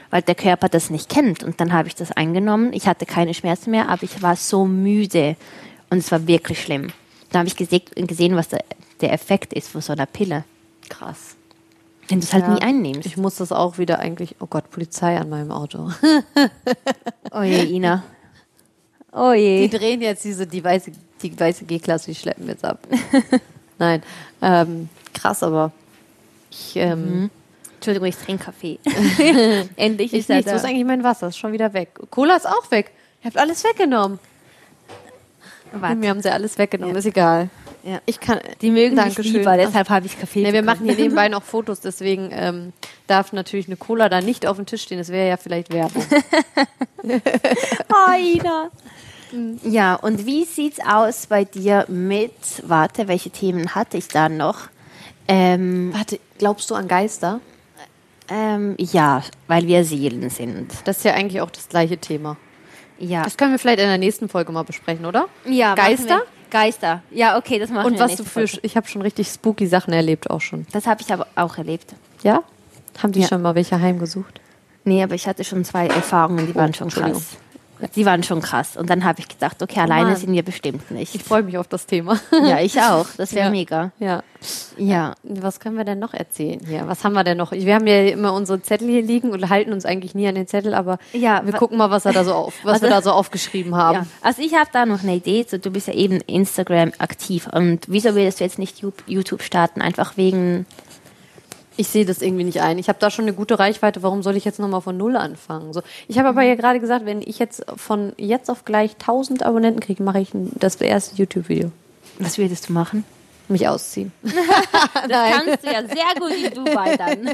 [SPEAKER 3] weil der Körper das nicht kennt. Und dann habe ich das eingenommen. Ich hatte keine Schmerzen mehr, aber ich war so müde und es war wirklich schlimm. Dann habe ich gese gesehen, was der, der Effekt ist von so einer Pille,
[SPEAKER 1] Krass.
[SPEAKER 3] wenn du es halt
[SPEAKER 1] Ja.
[SPEAKER 3] nie einnimmst.
[SPEAKER 1] Ich muss das auch wieder eigentlich. Oh Gott, Polizei an meinem Auto.
[SPEAKER 3] Oh je, Ina. Oh je.
[SPEAKER 1] Die drehen jetzt diese, die weiße, die weiße G-Klasse, die schleppen jetzt ab. Nein, ähm, krass, aber ich, ähm,
[SPEAKER 3] Entschuldigung, ich trinke Kaffee. Endlich
[SPEAKER 1] ich
[SPEAKER 3] ist
[SPEAKER 1] nichts,
[SPEAKER 3] er
[SPEAKER 1] wo ist
[SPEAKER 3] da.
[SPEAKER 1] eigentlich mein Wasser? Ist schon wieder weg. Cola ist auch weg. Ihr habt alles weggenommen.
[SPEAKER 3] Warte.
[SPEAKER 1] Mir haben sie alles weggenommen, ist egal.
[SPEAKER 3] Ja.
[SPEAKER 1] Ich kann,
[SPEAKER 3] Die mögen mich
[SPEAKER 1] Dankeschön.
[SPEAKER 3] lieber, deshalb habe ich Kaffee.
[SPEAKER 1] Nee, wir machen
[SPEAKER 3] bekommen.
[SPEAKER 1] hier nebenbei noch Fotos, deswegen ähm, darf natürlich eine Cola da nicht auf dem Tisch stehen. Das wäre ja vielleicht Werbung.
[SPEAKER 3] Oh, Ina. Hm. Ja, und wie sieht's aus bei dir mit, warte, welche Themen hatte ich da noch? Ähm,
[SPEAKER 1] Warte, glaubst du an Geister?
[SPEAKER 3] ähm, ja, weil wir Seelen sind.
[SPEAKER 1] Das ist ja eigentlich auch das gleiche Thema.
[SPEAKER 3] Ja.
[SPEAKER 1] Das können wir vielleicht in der nächsten Folge mal besprechen, oder?
[SPEAKER 3] ja machen
[SPEAKER 1] Geister?
[SPEAKER 3] wir. Geister. Ja, okay, das machen
[SPEAKER 1] Und
[SPEAKER 3] wir
[SPEAKER 1] was
[SPEAKER 3] nächste
[SPEAKER 1] du für,
[SPEAKER 3] Folge.
[SPEAKER 1] ich habe schon richtig spooky Sachen erlebt auch schon.
[SPEAKER 3] Das habe ich aber auch erlebt.
[SPEAKER 1] Ja? Haben die
[SPEAKER 3] Ja.
[SPEAKER 1] schon mal welche heimgesucht?
[SPEAKER 3] Nee, aber ich hatte schon zwei Erfahrungen, die waren schon
[SPEAKER 1] Entschuldigung.
[SPEAKER 3] krass. Oh, Die waren schon krass. Und dann habe ich gedacht, okay, alleine
[SPEAKER 1] Oh Mann.
[SPEAKER 3] sind wir bestimmt nicht.
[SPEAKER 1] Ich freue mich auf das Thema.
[SPEAKER 3] Ja, ich auch. Das wäre
[SPEAKER 1] Ja.
[SPEAKER 3] mega.
[SPEAKER 1] ja.
[SPEAKER 3] Ja.
[SPEAKER 1] Was können wir denn noch erzählen hier? Was haben wir denn noch? Wir haben ja immer unsere Zettel hier liegen und halten uns eigentlich nie an den Zettel, aber
[SPEAKER 3] Ja,
[SPEAKER 1] wir
[SPEAKER 3] wa- Also
[SPEAKER 1] gucken mal, was, er da so auf, was wir da so aufgeschrieben haben.
[SPEAKER 3] ja. Also ich habe da noch eine Idee. So, du bist ja eben Instagram aktiv. Und wieso würdest du jetzt nicht Ju- YouTube starten? Einfach wegen...
[SPEAKER 1] Ich sehe das irgendwie nicht ein. Ich habe da schon eine gute Reichweite. Warum soll ich jetzt nochmal von Null anfangen? So, ich habe
[SPEAKER 3] Mhm.
[SPEAKER 1] aber ja gerade gesagt, wenn ich jetzt von jetzt auf gleich 1000 Abonnenten kriege, mache ich ein- das erste YouTube-Video.
[SPEAKER 3] Was würdest du machen?
[SPEAKER 1] Mich ausziehen.
[SPEAKER 3] Kannst du ja sehr gut in Dubai dann.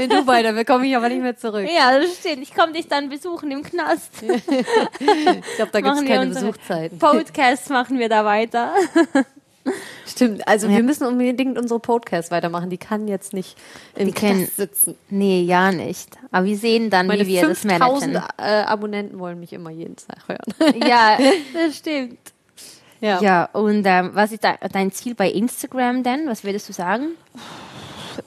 [SPEAKER 1] In Dubai, da komme ich aber nicht mehr zurück.
[SPEAKER 3] Ja, das stimmt. Ich komme dich dann besuchen im Knast.
[SPEAKER 1] Ich glaube, da gibt es
[SPEAKER 3] Machen wir
[SPEAKER 1] keine
[SPEAKER 3] unsere
[SPEAKER 1] Besuchzeiten.
[SPEAKER 3] Podcast machen wir da weiter.
[SPEAKER 1] Stimmt, also wir müssen unbedingt unsere Podcasts weitermachen. Die kann jetzt nicht im
[SPEAKER 3] Die können-
[SPEAKER 1] Knast sitzen.
[SPEAKER 3] Nee, ja nicht. Aber wir sehen dann,
[SPEAKER 1] Meine
[SPEAKER 3] wie wir das
[SPEAKER 1] 5000
[SPEAKER 3] managen.
[SPEAKER 1] äh, Abonnenten wollen mich immer jeden Tag hören.
[SPEAKER 3] Ja, das stimmt.
[SPEAKER 1] Ja.
[SPEAKER 3] Ja, und ähm, was ist de dein Ziel bei Instagram denn? Was würdest du sagen?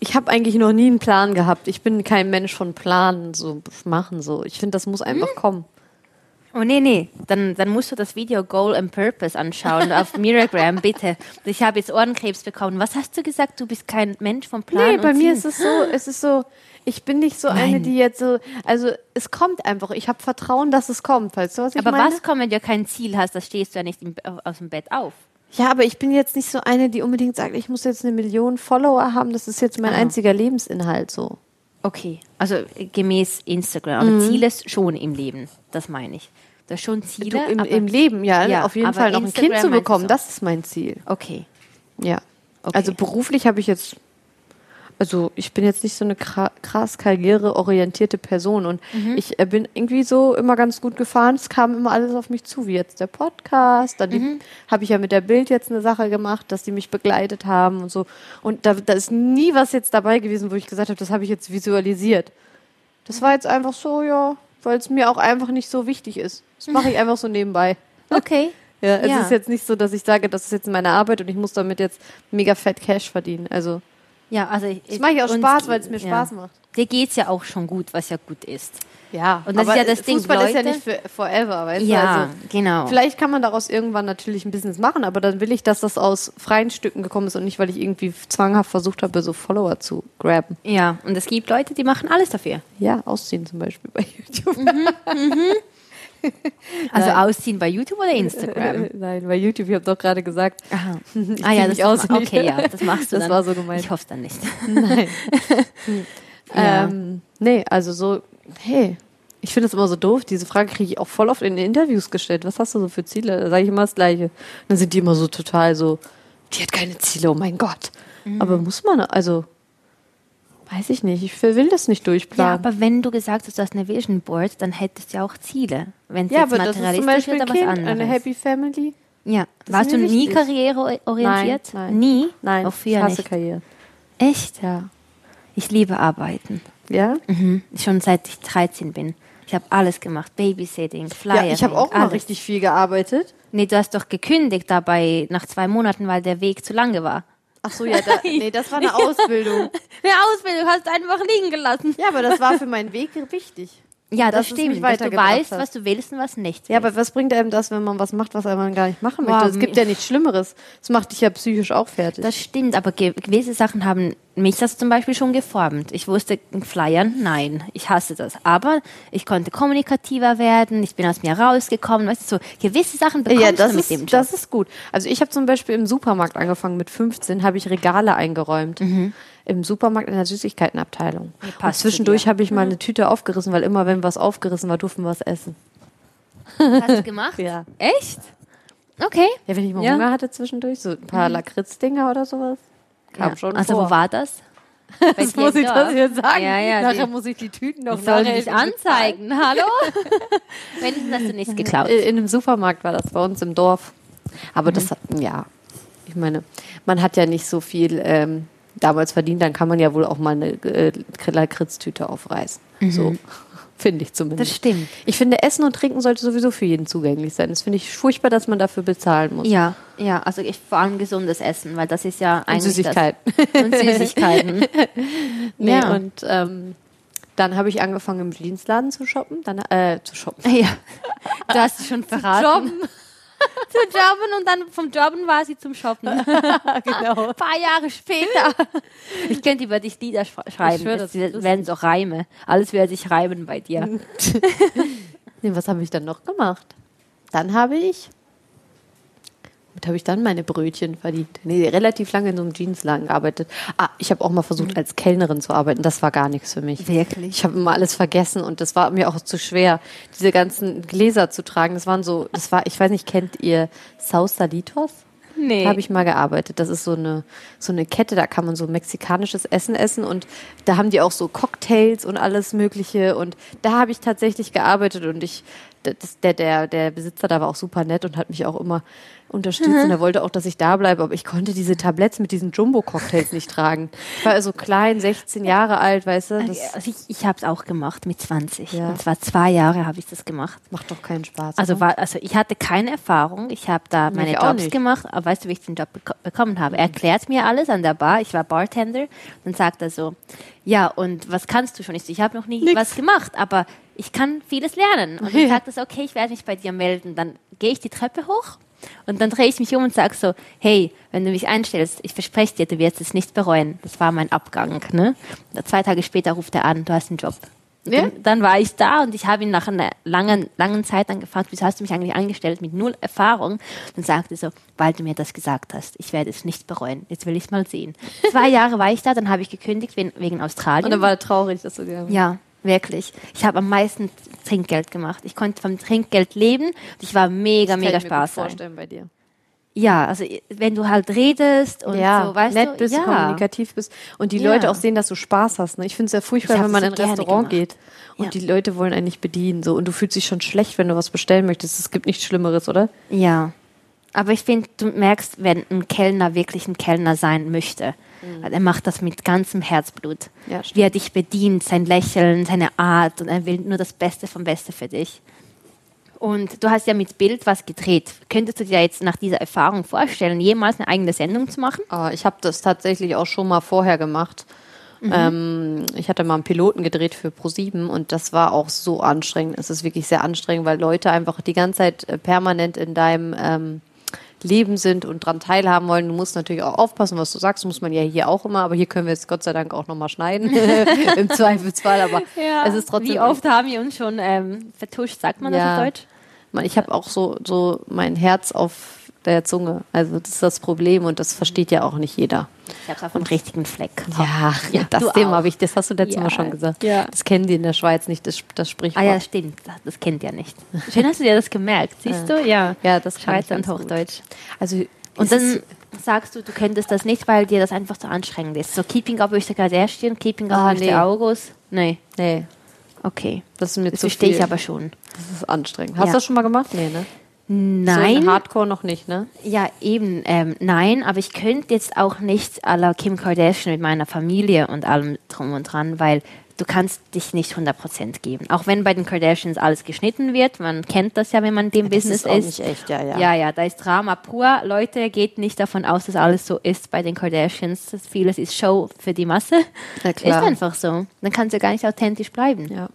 [SPEAKER 1] Ich habe eigentlich noch nie einen Plan gehabt. Ich bin kein Mensch von Planen, so machen so. Ich finde, das muss einfach kommen.
[SPEAKER 3] Oh nee, nee, dann, dann musst du das Video Goal and Purpose anschauen auf Miragram, bitte. Ich habe jetzt Ohrenkrebs bekommen. Was hast du gesagt? Du bist kein Mensch vom Plan
[SPEAKER 1] Nee,
[SPEAKER 3] und
[SPEAKER 1] bei mir
[SPEAKER 3] Zielen.
[SPEAKER 1] ist es so, es ist so, ich bin nicht so eine, die jetzt so, also es kommt einfach. Ich habe Vertrauen, dass es kommt, falls du was ich
[SPEAKER 3] Aber
[SPEAKER 1] meine.
[SPEAKER 3] was kommt, wenn du kein Ziel hast? Da stehst du ja nicht im, aus dem Bett auf.
[SPEAKER 1] Ja, aber ich bin jetzt nicht so eine, die unbedingt sagt, ich muss jetzt eine Million Follower haben, das ist jetzt mein einziger Lebensinhalt so.
[SPEAKER 3] Okay, also äh, gemäß Instagram. Also Ziele schon im Leben, das meine ich. Das schon Ziele,
[SPEAKER 1] Du, im,
[SPEAKER 3] aber,
[SPEAKER 1] Im Leben, ja,
[SPEAKER 3] Ja,
[SPEAKER 1] auf jeden
[SPEAKER 3] aber
[SPEAKER 1] Fall noch ein
[SPEAKER 3] Instagram
[SPEAKER 1] Kind zu
[SPEAKER 3] meinst du
[SPEAKER 1] bekommen,
[SPEAKER 3] so.
[SPEAKER 1] das ist mein Ziel.
[SPEAKER 3] Okay,
[SPEAKER 1] Ja.
[SPEAKER 3] Okay.
[SPEAKER 1] Also beruflich habe ich jetzt, also ich bin jetzt nicht so eine kra- krass karriereorientierte Person und ich äh, bin irgendwie so immer ganz gut gefahren. Es kam immer alles auf mich zu, wie jetzt der Podcast. Dann die- habe ich ja mit der Bild jetzt eine Sache gemacht, dass die mich begleitet haben und so. Und da, da ist nie was jetzt dabei gewesen, wo ich gesagt habe, das habe ich jetzt visualisiert. Das war jetzt einfach so, ja, weil es mir auch einfach nicht so wichtig ist. Das mache ich einfach so nebenbei.
[SPEAKER 3] okay.
[SPEAKER 1] Ja, es
[SPEAKER 3] Ja.
[SPEAKER 1] ist jetzt nicht so, dass ich sage, das ist jetzt meine Arbeit und ich muss damit jetzt mega fett Cash verdienen. Also,
[SPEAKER 3] Ja, also ich,
[SPEAKER 1] das mache ich aus
[SPEAKER 3] uns-
[SPEAKER 1] Spaß, weil es mir
[SPEAKER 3] ja.
[SPEAKER 1] Spaß macht.
[SPEAKER 3] Dir geht's ja auch schon gut, was ja gut ist.
[SPEAKER 1] Ja,
[SPEAKER 3] Und das ist ja das Ding,
[SPEAKER 1] Fußball ist ja
[SPEAKER 3] Leute-
[SPEAKER 1] nicht für forever, weißt du?
[SPEAKER 3] Ja,
[SPEAKER 1] Also,
[SPEAKER 3] genau.
[SPEAKER 1] Vielleicht kann man daraus irgendwann natürlich ein Business machen, aber dann will ich, dass das aus freien Stücken gekommen ist und nicht, weil ich irgendwie zwanghaft versucht habe, so Follower zu grabben.
[SPEAKER 3] Ja, und es gibt Leute, die machen alles dafür.
[SPEAKER 1] Ja, ausziehen zum Beispiel bei YouTube.
[SPEAKER 3] Also ausziehen bei YouTube oder Instagram.
[SPEAKER 1] Nein, bei YouTube, ich habe doch gerade gesagt.
[SPEAKER 3] Aha.
[SPEAKER 1] Ich
[SPEAKER 3] ah ja,
[SPEAKER 1] zieh
[SPEAKER 3] das
[SPEAKER 1] mich aus
[SPEAKER 3] ma-
[SPEAKER 1] nicht.
[SPEAKER 3] Okay, ja, das machst du
[SPEAKER 1] Das
[SPEAKER 3] dann.
[SPEAKER 1] war so gemeint.
[SPEAKER 3] Ich hoffe dann nicht.
[SPEAKER 1] Nein.
[SPEAKER 3] Ja.
[SPEAKER 1] Ähm, nee, also so, hey, ich finde das immer so doof. Diese Frage kriege ich auch voll oft in den Interviews gestellt. Was hast du so für Ziele? Da sage ich immer das Gleiche. Und dann sind die immer so total so, die hat keine Ziele, oh mein Gott. Aber muss man, also, weiß ich nicht. Ich will das nicht
[SPEAKER 3] Ja,
[SPEAKER 1] durchplanen.
[SPEAKER 3] aber wenn du gesagt hast, du hast eine Vision Board, dann hättest du ja auch Ziele. Wenn es
[SPEAKER 1] Ja,
[SPEAKER 3] jetzt
[SPEAKER 1] aber, das ist
[SPEAKER 3] materialistisch
[SPEAKER 1] zum Beispiel
[SPEAKER 3] wird,
[SPEAKER 1] ein
[SPEAKER 3] aber was
[SPEAKER 1] Kind,
[SPEAKER 3] anderes.
[SPEAKER 1] eine Happy Family.
[SPEAKER 3] ja.
[SPEAKER 1] Das
[SPEAKER 3] Warst
[SPEAKER 1] ist
[SPEAKER 3] du
[SPEAKER 1] mir
[SPEAKER 3] nie
[SPEAKER 1] wichtig.
[SPEAKER 3] karriereorientiert?
[SPEAKER 1] Nein, nein.
[SPEAKER 3] Nie?
[SPEAKER 1] Nein,
[SPEAKER 3] Auch früher
[SPEAKER 1] ich hasse
[SPEAKER 3] nicht.
[SPEAKER 1] Karriere.
[SPEAKER 3] Echt?
[SPEAKER 1] Ja.
[SPEAKER 3] Ich liebe Arbeiten.
[SPEAKER 1] Ja?
[SPEAKER 3] Mhm. Schon seit ich 13 bin. Ich habe alles gemacht. Babysitting, Flyer.
[SPEAKER 1] ja, ich habe auch mal
[SPEAKER 3] alles.
[SPEAKER 1] richtig viel gearbeitet.
[SPEAKER 3] Nee, du hast doch gekündigt dabei nach zwei Monaten, weil der Weg zu lange war.
[SPEAKER 1] Ach so, ja, da, nee, das war eine Ausbildung.
[SPEAKER 3] Eine Ausbildung hast du einfach liegen gelassen.
[SPEAKER 1] Ja, aber das war für meinen Weg wichtig.
[SPEAKER 3] Ja,
[SPEAKER 1] Dass
[SPEAKER 3] das
[SPEAKER 1] es mich
[SPEAKER 3] stimmt. Dass du
[SPEAKER 1] weitergebracht
[SPEAKER 3] weißt,
[SPEAKER 1] hat.
[SPEAKER 3] was du willst und was nicht.
[SPEAKER 1] Ja, aber was bringt einem das, wenn man was macht, was man gar nicht machen möchte?
[SPEAKER 3] Boah,
[SPEAKER 1] Es gibt
[SPEAKER 3] mir-
[SPEAKER 1] ja nichts Schlimmeres. Es macht dich ja psychisch auch fertig.
[SPEAKER 3] Das stimmt, aber ge- gewisse Sachen haben mich das zum Beispiel schon geformt. Ich wusste, Flyern, nein, ich hasse das. Aber ich konnte kommunikativer werden, ich bin aus mir rausgekommen, weißt du, so gewisse Sachen bekommst
[SPEAKER 1] ja, das
[SPEAKER 3] du mit
[SPEAKER 1] ist,
[SPEAKER 3] dem Job.
[SPEAKER 1] das ist gut. Also ich habe zum Beispiel im Supermarkt angefangen, mit 15 habe ich Regale eingeräumt.
[SPEAKER 3] Mhm.
[SPEAKER 1] Im Supermarkt in der Süßigkeitenabteilung. Und
[SPEAKER 3] passt zu
[SPEAKER 1] zwischendurch
[SPEAKER 3] dir.
[SPEAKER 1] habe ich mal eine Tüte aufgerissen, weil immer, wenn was aufgerissen war, durften wir was essen.
[SPEAKER 3] Hast du gemacht?
[SPEAKER 1] Ja.
[SPEAKER 3] Echt? Okay.
[SPEAKER 1] Ja, wenn ich mal
[SPEAKER 3] Ja. Mhm.
[SPEAKER 1] Hunger hatte zwischendurch, so ein paar Lakritzdinger oder sowas, kam
[SPEAKER 3] Ja.
[SPEAKER 1] schon
[SPEAKER 3] also
[SPEAKER 1] vor.
[SPEAKER 3] wo war das? Bei
[SPEAKER 1] das
[SPEAKER 3] dir
[SPEAKER 1] muss
[SPEAKER 3] im
[SPEAKER 1] ich
[SPEAKER 3] Dorf?
[SPEAKER 1] das jetzt sagen.
[SPEAKER 3] Ja, ja,
[SPEAKER 1] Nachher
[SPEAKER 3] die-
[SPEAKER 1] muss ich die Tüten noch
[SPEAKER 3] die sollen
[SPEAKER 1] nachher-
[SPEAKER 3] dich anzeigen, hallo? Wenigstens hast du nichts geklaut.
[SPEAKER 1] Äh, In einem Supermarkt war das bei uns im Dorf. Aber
[SPEAKER 3] Mhm.
[SPEAKER 1] das, ja, ich meine, man hat ja nicht so viel ähm, damals verdient, dann kann man ja wohl auch mal eine äh, Lakritztüte aufreißen. So, finde ich zumindest.
[SPEAKER 3] Mhm. Das stimmt.
[SPEAKER 1] Ich finde, Essen und Trinken sollte sowieso für jeden zugänglich sein. Das finde ich furchtbar, dass man dafür bezahlen muss.
[SPEAKER 3] Ja, ja, also ich, vor allem gesundes Essen, weil das ist ja
[SPEAKER 1] Und
[SPEAKER 3] eigentlich
[SPEAKER 1] Süßigkeiten.
[SPEAKER 3] Das, und Süßigkeiten.
[SPEAKER 1] Nee,
[SPEAKER 3] ja.
[SPEAKER 1] Und ähm, dann habe ich angefangen, im Jeansladen zu shoppen. Dann, äh, zu shoppen.
[SPEAKER 3] ja. Du hast es schon verraten.
[SPEAKER 1] Shoppen,
[SPEAKER 3] Zu jobben und dann vom Jobben war sie zum Shoppen. Ein
[SPEAKER 1] genau.
[SPEAKER 3] paar Jahre später. Ich könnte über dich Lieder sch- schreiben.
[SPEAKER 1] Ich schwör,
[SPEAKER 3] das
[SPEAKER 1] das ist lustig.
[SPEAKER 3] wären so Reime. Alles würde sich reimen bei dir.
[SPEAKER 1] Nee, was habe ich dann noch gemacht? Dann habe ich. Womit habe ich dann meine Brötchen verdient? Nee, relativ lange in so einem Jeansladen gearbeitet. Ah, ich habe auch mal versucht, als Kellnerin zu arbeiten. Das war gar nichts für mich.
[SPEAKER 3] Wirklich?
[SPEAKER 1] Ich habe immer alles vergessen und das war mir auch zu schwer, diese ganzen Gläser zu tragen. Das waren so, das war, ich weiß nicht, kennt ihr Sausalitos?
[SPEAKER 3] Nee.
[SPEAKER 1] Da habe ich mal gearbeitet. Das ist so eine, so eine Kette, da kann man so mexikanisches Essen essen und da haben die auch so Cocktails und alles Mögliche. Und da habe ich tatsächlich gearbeitet und ich, das, der, der, der Besitzer da war auch super nett und hat mich auch immer unterstützt und er wollte auch, dass ich da bleibe, aber ich konnte diese Tabletts mit diesen Jumbo-Cocktails nicht tragen. Ich war also klein, 16 Jahre alt, weißt du, das
[SPEAKER 3] Also ich ich habe es auch gemacht mit 20.
[SPEAKER 1] Ja.
[SPEAKER 3] Und zwar zwei Jahre habe ich das gemacht.
[SPEAKER 1] macht doch keinen Spaß.
[SPEAKER 3] Also,
[SPEAKER 1] oder?
[SPEAKER 3] war, also ich hatte keine Erfahrung. Ich habe da meine
[SPEAKER 1] ich auch
[SPEAKER 3] Jobs
[SPEAKER 1] nicht. Mhm.
[SPEAKER 3] gemacht. Aber weißt du, wie ich den Job beko bekommen habe? Er erklärt mir alles an der Bar. Ich war Bartender. Dann sagt er so, ja, und was kannst du schon? Ich, so, ich habe noch nie
[SPEAKER 1] Nix. Mhm.
[SPEAKER 3] was gemacht, aber ich kann vieles lernen. Und ich
[SPEAKER 1] Ja.
[SPEAKER 3] sage das, okay, ich werde mich bei dir melden. Dann gehe ich die Treppe hoch und dann drehe ich mich um und sage so, hey, wenn du mich einstellst, ich verspreche dir, du wirst es nicht bereuen. Das war mein Abgang. Ne? Zwei Tage später ruft er an, du hast einen Job. Und
[SPEAKER 1] Ja?
[SPEAKER 3] Dann, dann war ich da und ich habe ihn nach einer langen, langen Zeit dann gefragt, wieso hast du mich eigentlich angestellt mit null Erfahrung? Dann sagte er so, weil du mir das gesagt hast. Ich werde es nicht bereuen. Jetzt will ich es mal sehen. Zwei Jahre war ich da, dann habe ich gekündigt wegen, wegen Australien.
[SPEAKER 1] und dann war er traurig, dass du gegangen
[SPEAKER 3] Ja, wirklich. Ich habe am meisten Trinkgeld gemacht. Ich konnte vom Trinkgeld leben. Und ich war mega,
[SPEAKER 1] Das kann
[SPEAKER 3] mega
[SPEAKER 1] ich mir gut
[SPEAKER 3] Spaß.
[SPEAKER 1] vorstellen bei dir.
[SPEAKER 3] Ja, also wenn du halt redest und
[SPEAKER 1] ja,
[SPEAKER 3] so, weißt
[SPEAKER 1] nett
[SPEAKER 3] du,
[SPEAKER 1] bist,
[SPEAKER 3] ja.
[SPEAKER 1] kommunikativ bist und die
[SPEAKER 3] Ja.
[SPEAKER 1] Leute auch sehen, dass du Spaß hast. Ne? Ich finde es ja furchtbar,
[SPEAKER 3] Ich hab
[SPEAKER 1] wenn man
[SPEAKER 3] so
[SPEAKER 1] in ein
[SPEAKER 3] gerne
[SPEAKER 1] Restaurant
[SPEAKER 3] gemacht.
[SPEAKER 1] geht und
[SPEAKER 3] Ja.
[SPEAKER 1] die Leute wollen einen nicht bedienen so und du fühlst dich schon schlecht, wenn du was bestellen möchtest. Es gibt nichts Schlimmeres, oder?
[SPEAKER 3] Ja. Aber ich finde, du merkst, wenn ein Kellner wirklich ein Kellner sein möchte, weil er macht das mit ganzem Herzblut.
[SPEAKER 1] Ja, stimmt.
[SPEAKER 3] Wie er dich bedient, sein Lächeln, seine Art und er will nur das Beste vom Beste für dich. Und du hast ja mit Bild was gedreht. Könntest du dir jetzt nach dieser Erfahrung vorstellen, jemals eine eigene Sendung zu machen?
[SPEAKER 1] Ah, ich habe das tatsächlich auch schon mal vorher gemacht.
[SPEAKER 3] Mhm.
[SPEAKER 1] Ähm, ich hatte mal einen Piloten gedreht für Pro7 und das war auch so anstrengend. Es ist wirklich sehr anstrengend, weil Leute einfach die ganze Zeit äh, permanent in deinem ähm, Leben sind und dran teilhaben wollen. Du musst natürlich auch aufpassen, was du sagst. Muss man ja hier auch immer, aber hier können wir jetzt Gott sei Dank auch nochmal schneiden. Im Zweifelsfall, aber es ist trotzdem.
[SPEAKER 3] Wie oft haben wir uns schon ähm, vertuscht, sagt man das
[SPEAKER 1] Ja.
[SPEAKER 3] auf Deutsch?
[SPEAKER 1] Man- Ich habe auch so, so mein Herz auf der Zunge. Also das ist das Problem und das versteht ja auch nicht jeder.
[SPEAKER 3] Ich habe auf dem richtigen Fleck.
[SPEAKER 1] Ja, ja
[SPEAKER 3] du
[SPEAKER 1] das Thema
[SPEAKER 3] auch.
[SPEAKER 1] habe ich, das hast du letztes
[SPEAKER 3] Ja.
[SPEAKER 1] Mal schon gesagt.
[SPEAKER 3] Ja.
[SPEAKER 1] Das kennen die in der Schweiz nicht, das, das Sprichwort.
[SPEAKER 3] Ah ja, stimmt. Das, das kennt ihr nicht. Schön hast du dir das gemerkt, siehst du? Ja.
[SPEAKER 1] Ja, das kann ich
[SPEAKER 3] Schweizer und
[SPEAKER 1] ganz gut.
[SPEAKER 3] Hochdeutsch.
[SPEAKER 1] Also
[SPEAKER 3] Und
[SPEAKER 1] es ist-
[SPEAKER 3] dann sagst du, du könntest das nicht, weil dir das einfach zu anstrengend ist. So Keeping Up Öster Kardashian, Keeping Up
[SPEAKER 1] Ah,
[SPEAKER 3] Öster
[SPEAKER 1] nee.
[SPEAKER 3] August. Nee,
[SPEAKER 1] nee,
[SPEAKER 3] okay.
[SPEAKER 1] das ist mir
[SPEAKER 3] Das
[SPEAKER 1] zu
[SPEAKER 3] verstehe
[SPEAKER 1] viel.
[SPEAKER 3] ich aber schon.
[SPEAKER 1] Das ist anstrengend. Hast
[SPEAKER 3] Ja.
[SPEAKER 1] du das schon mal gemacht? Nee, ne? So
[SPEAKER 3] Nein,
[SPEAKER 1] in Hardcore noch nicht, ne?
[SPEAKER 3] ja eben, ähm, nein, aber ich könnte jetzt auch nicht à la Kim Kardashian mit meiner Familie und allem drum und dran, weil du kannst dich nicht 100% geben. Auch wenn bei den Kardashians alles geschnitten wird, man kennt das ja, wenn man in dem Business
[SPEAKER 1] das ist auch
[SPEAKER 3] ist.
[SPEAKER 1] nicht echt, ja, ja.
[SPEAKER 3] Ja, ja, da ist Drama pur. Leute, geht nicht davon aus, dass alles so ist bei den Kardashians. Das vieles ist Show für die Masse.
[SPEAKER 1] Na klar.
[SPEAKER 3] Ist einfach so. Dann kannst du gar nicht authentisch bleiben.
[SPEAKER 1] Ja.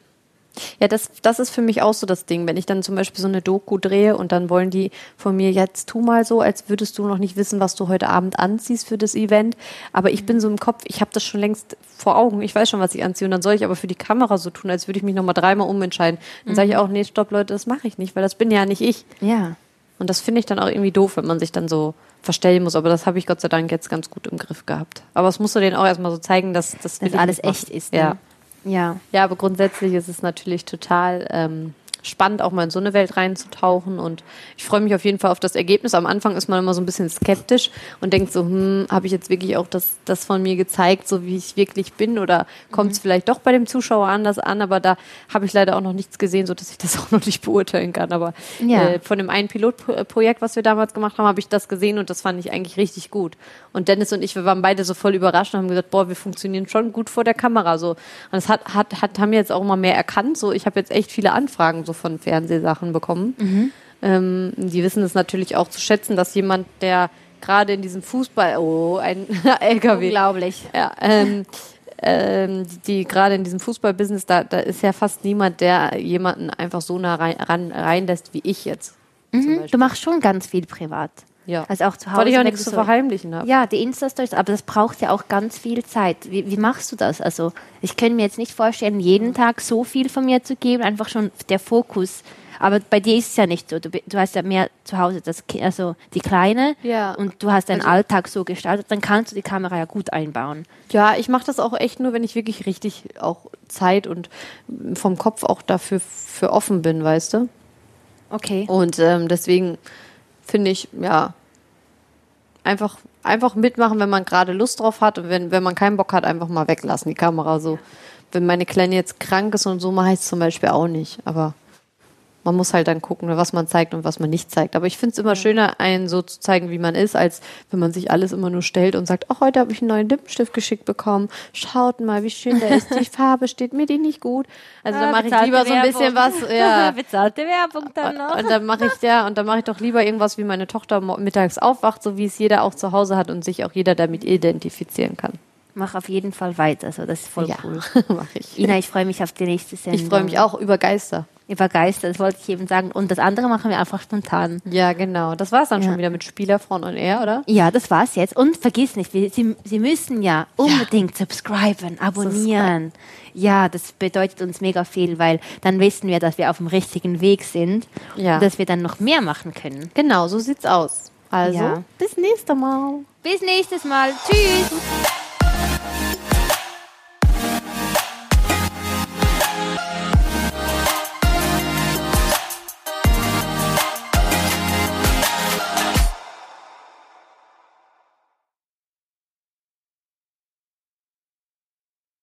[SPEAKER 1] Ja, das, das ist für mich auch so das Ding. Wenn ich dann zum Beispiel so eine Doku drehe und dann wollen die von mir, jetzt tu mal so, als würdest du noch nicht wissen, was du heute Abend anziehst für das Event. Aber
[SPEAKER 3] Mhm.
[SPEAKER 1] ich bin so im Kopf, ich habe das schon längst vor Augen. Ich weiß schon, was ich anziehe. Und dann soll ich aber für die Kamera so tun, als würde ich mich nochmal dreimal umentscheiden. Dann
[SPEAKER 3] Mhm.
[SPEAKER 1] sage ich auch, nee, stopp, Leute, das mache ich nicht, weil das bin ja nicht ich.
[SPEAKER 3] Ja.
[SPEAKER 1] Und das finde ich dann auch irgendwie doof, wenn man sich dann so verstellen muss. Aber das habe ich Gott sei Dank jetzt ganz gut im Griff gehabt. Aber es musst du denen auch erstmal so zeigen, dass, dass
[SPEAKER 3] Dass alles echt ist. Ne?
[SPEAKER 1] Ja.
[SPEAKER 3] Ja.
[SPEAKER 1] Ja, aber grundsätzlich ist es natürlich total ähm, spannend, auch mal in so eine Welt reinzutauchen. Und ich freue mich auf jeden Fall auf das Ergebnis. Am Anfang ist man immer so ein bisschen skeptisch und denkt so, hm, habe ich jetzt wirklich auch das, das von mir gezeigt, so wie ich wirklich bin? Oder kommt es vielleicht doch bei dem Zuschauer anders an? Aber da habe ich leider auch noch nichts gesehen, so dass ich das auch noch nicht beurteilen kann. Aber
[SPEAKER 3] Ja.
[SPEAKER 1] äh, von dem einen Pilotprojekt, was wir damals gemacht haben, habe ich das gesehen und das fand ich eigentlich richtig gut. Und Dennis und ich, wir waren beide so voll überrascht und haben gesagt, boah, wir funktionieren schon gut vor der Kamera. So. Und das hat, hat, hat, haben wir jetzt auch immer mehr erkannt. So. Ich habe jetzt echt viele Anfragen so von Fernsehsachen bekommen. Ähm, die wissen es natürlich auch zu schätzen, dass jemand, der gerade in diesem Fußball, oh, ein LKW,
[SPEAKER 3] Unglaublich.
[SPEAKER 1] ja, ähm, ähm, die, die gerade in diesem Fußballbusiness, da, da ist ja fast niemand, der jemanden einfach so nah rein, ran, reinlässt wie ich jetzt.
[SPEAKER 3] Mhm. Du machst schon ganz viel privat.
[SPEAKER 1] Ja.
[SPEAKER 3] Also auch zu Hause.
[SPEAKER 1] Weil ich auch
[SPEAKER 3] wenn
[SPEAKER 1] nichts
[SPEAKER 3] du
[SPEAKER 1] zu
[SPEAKER 3] so-
[SPEAKER 1] verheimlichen ne? habe.
[SPEAKER 3] Ja, die Insta-Stories, aber das braucht ja auch ganz viel Zeit. Wie, wie machst du das? Also, ich könnte mir jetzt nicht vorstellen, jeden Tag so viel von mir zu geben, einfach schon der Fokus. Aber bei dir ist es ja nicht so. Du, bi- du hast ja mehr zu Hause, das, Ki- also die Kleine,
[SPEAKER 1] Ja. Also
[SPEAKER 3] und du hast deinen Alltag so gestaltet, dann kannst du die Kamera ja gut einbauen.
[SPEAKER 1] Ja, ich mache das auch echt nur, wenn ich wirklich richtig auch Zeit und vom Kopf auch dafür für offen bin, weißt du?
[SPEAKER 3] Okay.
[SPEAKER 1] Und ähm, deswegen finde ich, ja, einfach, einfach mitmachen, wenn man gerade Lust drauf hat und wenn, wenn man keinen Bock hat, einfach mal weglassen, die Kamera so. Wenn meine Kleine jetzt krank ist und so, mache ich es zum Beispiel auch nicht. Aber man muss halt dann gucken, was man zeigt und was man nicht zeigt. Aber ich finde es immer schöner, einen so zu zeigen, wie man ist, als wenn man sich alles immer nur stellt und sagt, oh, heute habe ich einen neuen Lippenstift geschickt bekommen. Schaut mal, wie schön der ist. Die Farbe steht mir die nicht gut. Also dann mache ich
[SPEAKER 3] Ah, bezahlte
[SPEAKER 1] lieber so ein bisschen was.
[SPEAKER 3] Werbung.
[SPEAKER 1] Ja,
[SPEAKER 3] Bezahlte Werbung dann noch.
[SPEAKER 1] und dann mache ich ja, und dann mache ich doch lieber irgendwas, wie meine Tochter mo- mittags aufwacht, so wie es jeder auch zu Hause hat und sich auch jeder damit identifizieren kann.
[SPEAKER 3] Mach auf jeden Fall weiter, so das ist voll
[SPEAKER 1] Ja,
[SPEAKER 3] cool.
[SPEAKER 1] mache ich.
[SPEAKER 3] Ina, ich freue mich auf die nächste Sendung.
[SPEAKER 1] Ich freue mich auch über Geister.
[SPEAKER 3] Über Geister, das wollte ich eben sagen. Und das andere machen wir einfach spontan.
[SPEAKER 1] Ja, genau. Das war's dann
[SPEAKER 3] Ja.
[SPEAKER 1] schon wieder mit Spielerfrauen und er, oder?
[SPEAKER 3] Ja, das war's jetzt. Und vergiss nicht, wir, Sie, Sie müssen ja unbedingt subscriben, abonnieren. Ja, das bedeutet uns mega viel, weil dann wissen wir, dass wir auf dem richtigen Weg sind
[SPEAKER 1] Ja.
[SPEAKER 3] und dass wir dann noch mehr machen können.
[SPEAKER 1] Genau, so sieht's aus. Also,
[SPEAKER 3] Ja.
[SPEAKER 1] bis nächstes Mal.
[SPEAKER 3] Bis nächstes Mal. Tschüss.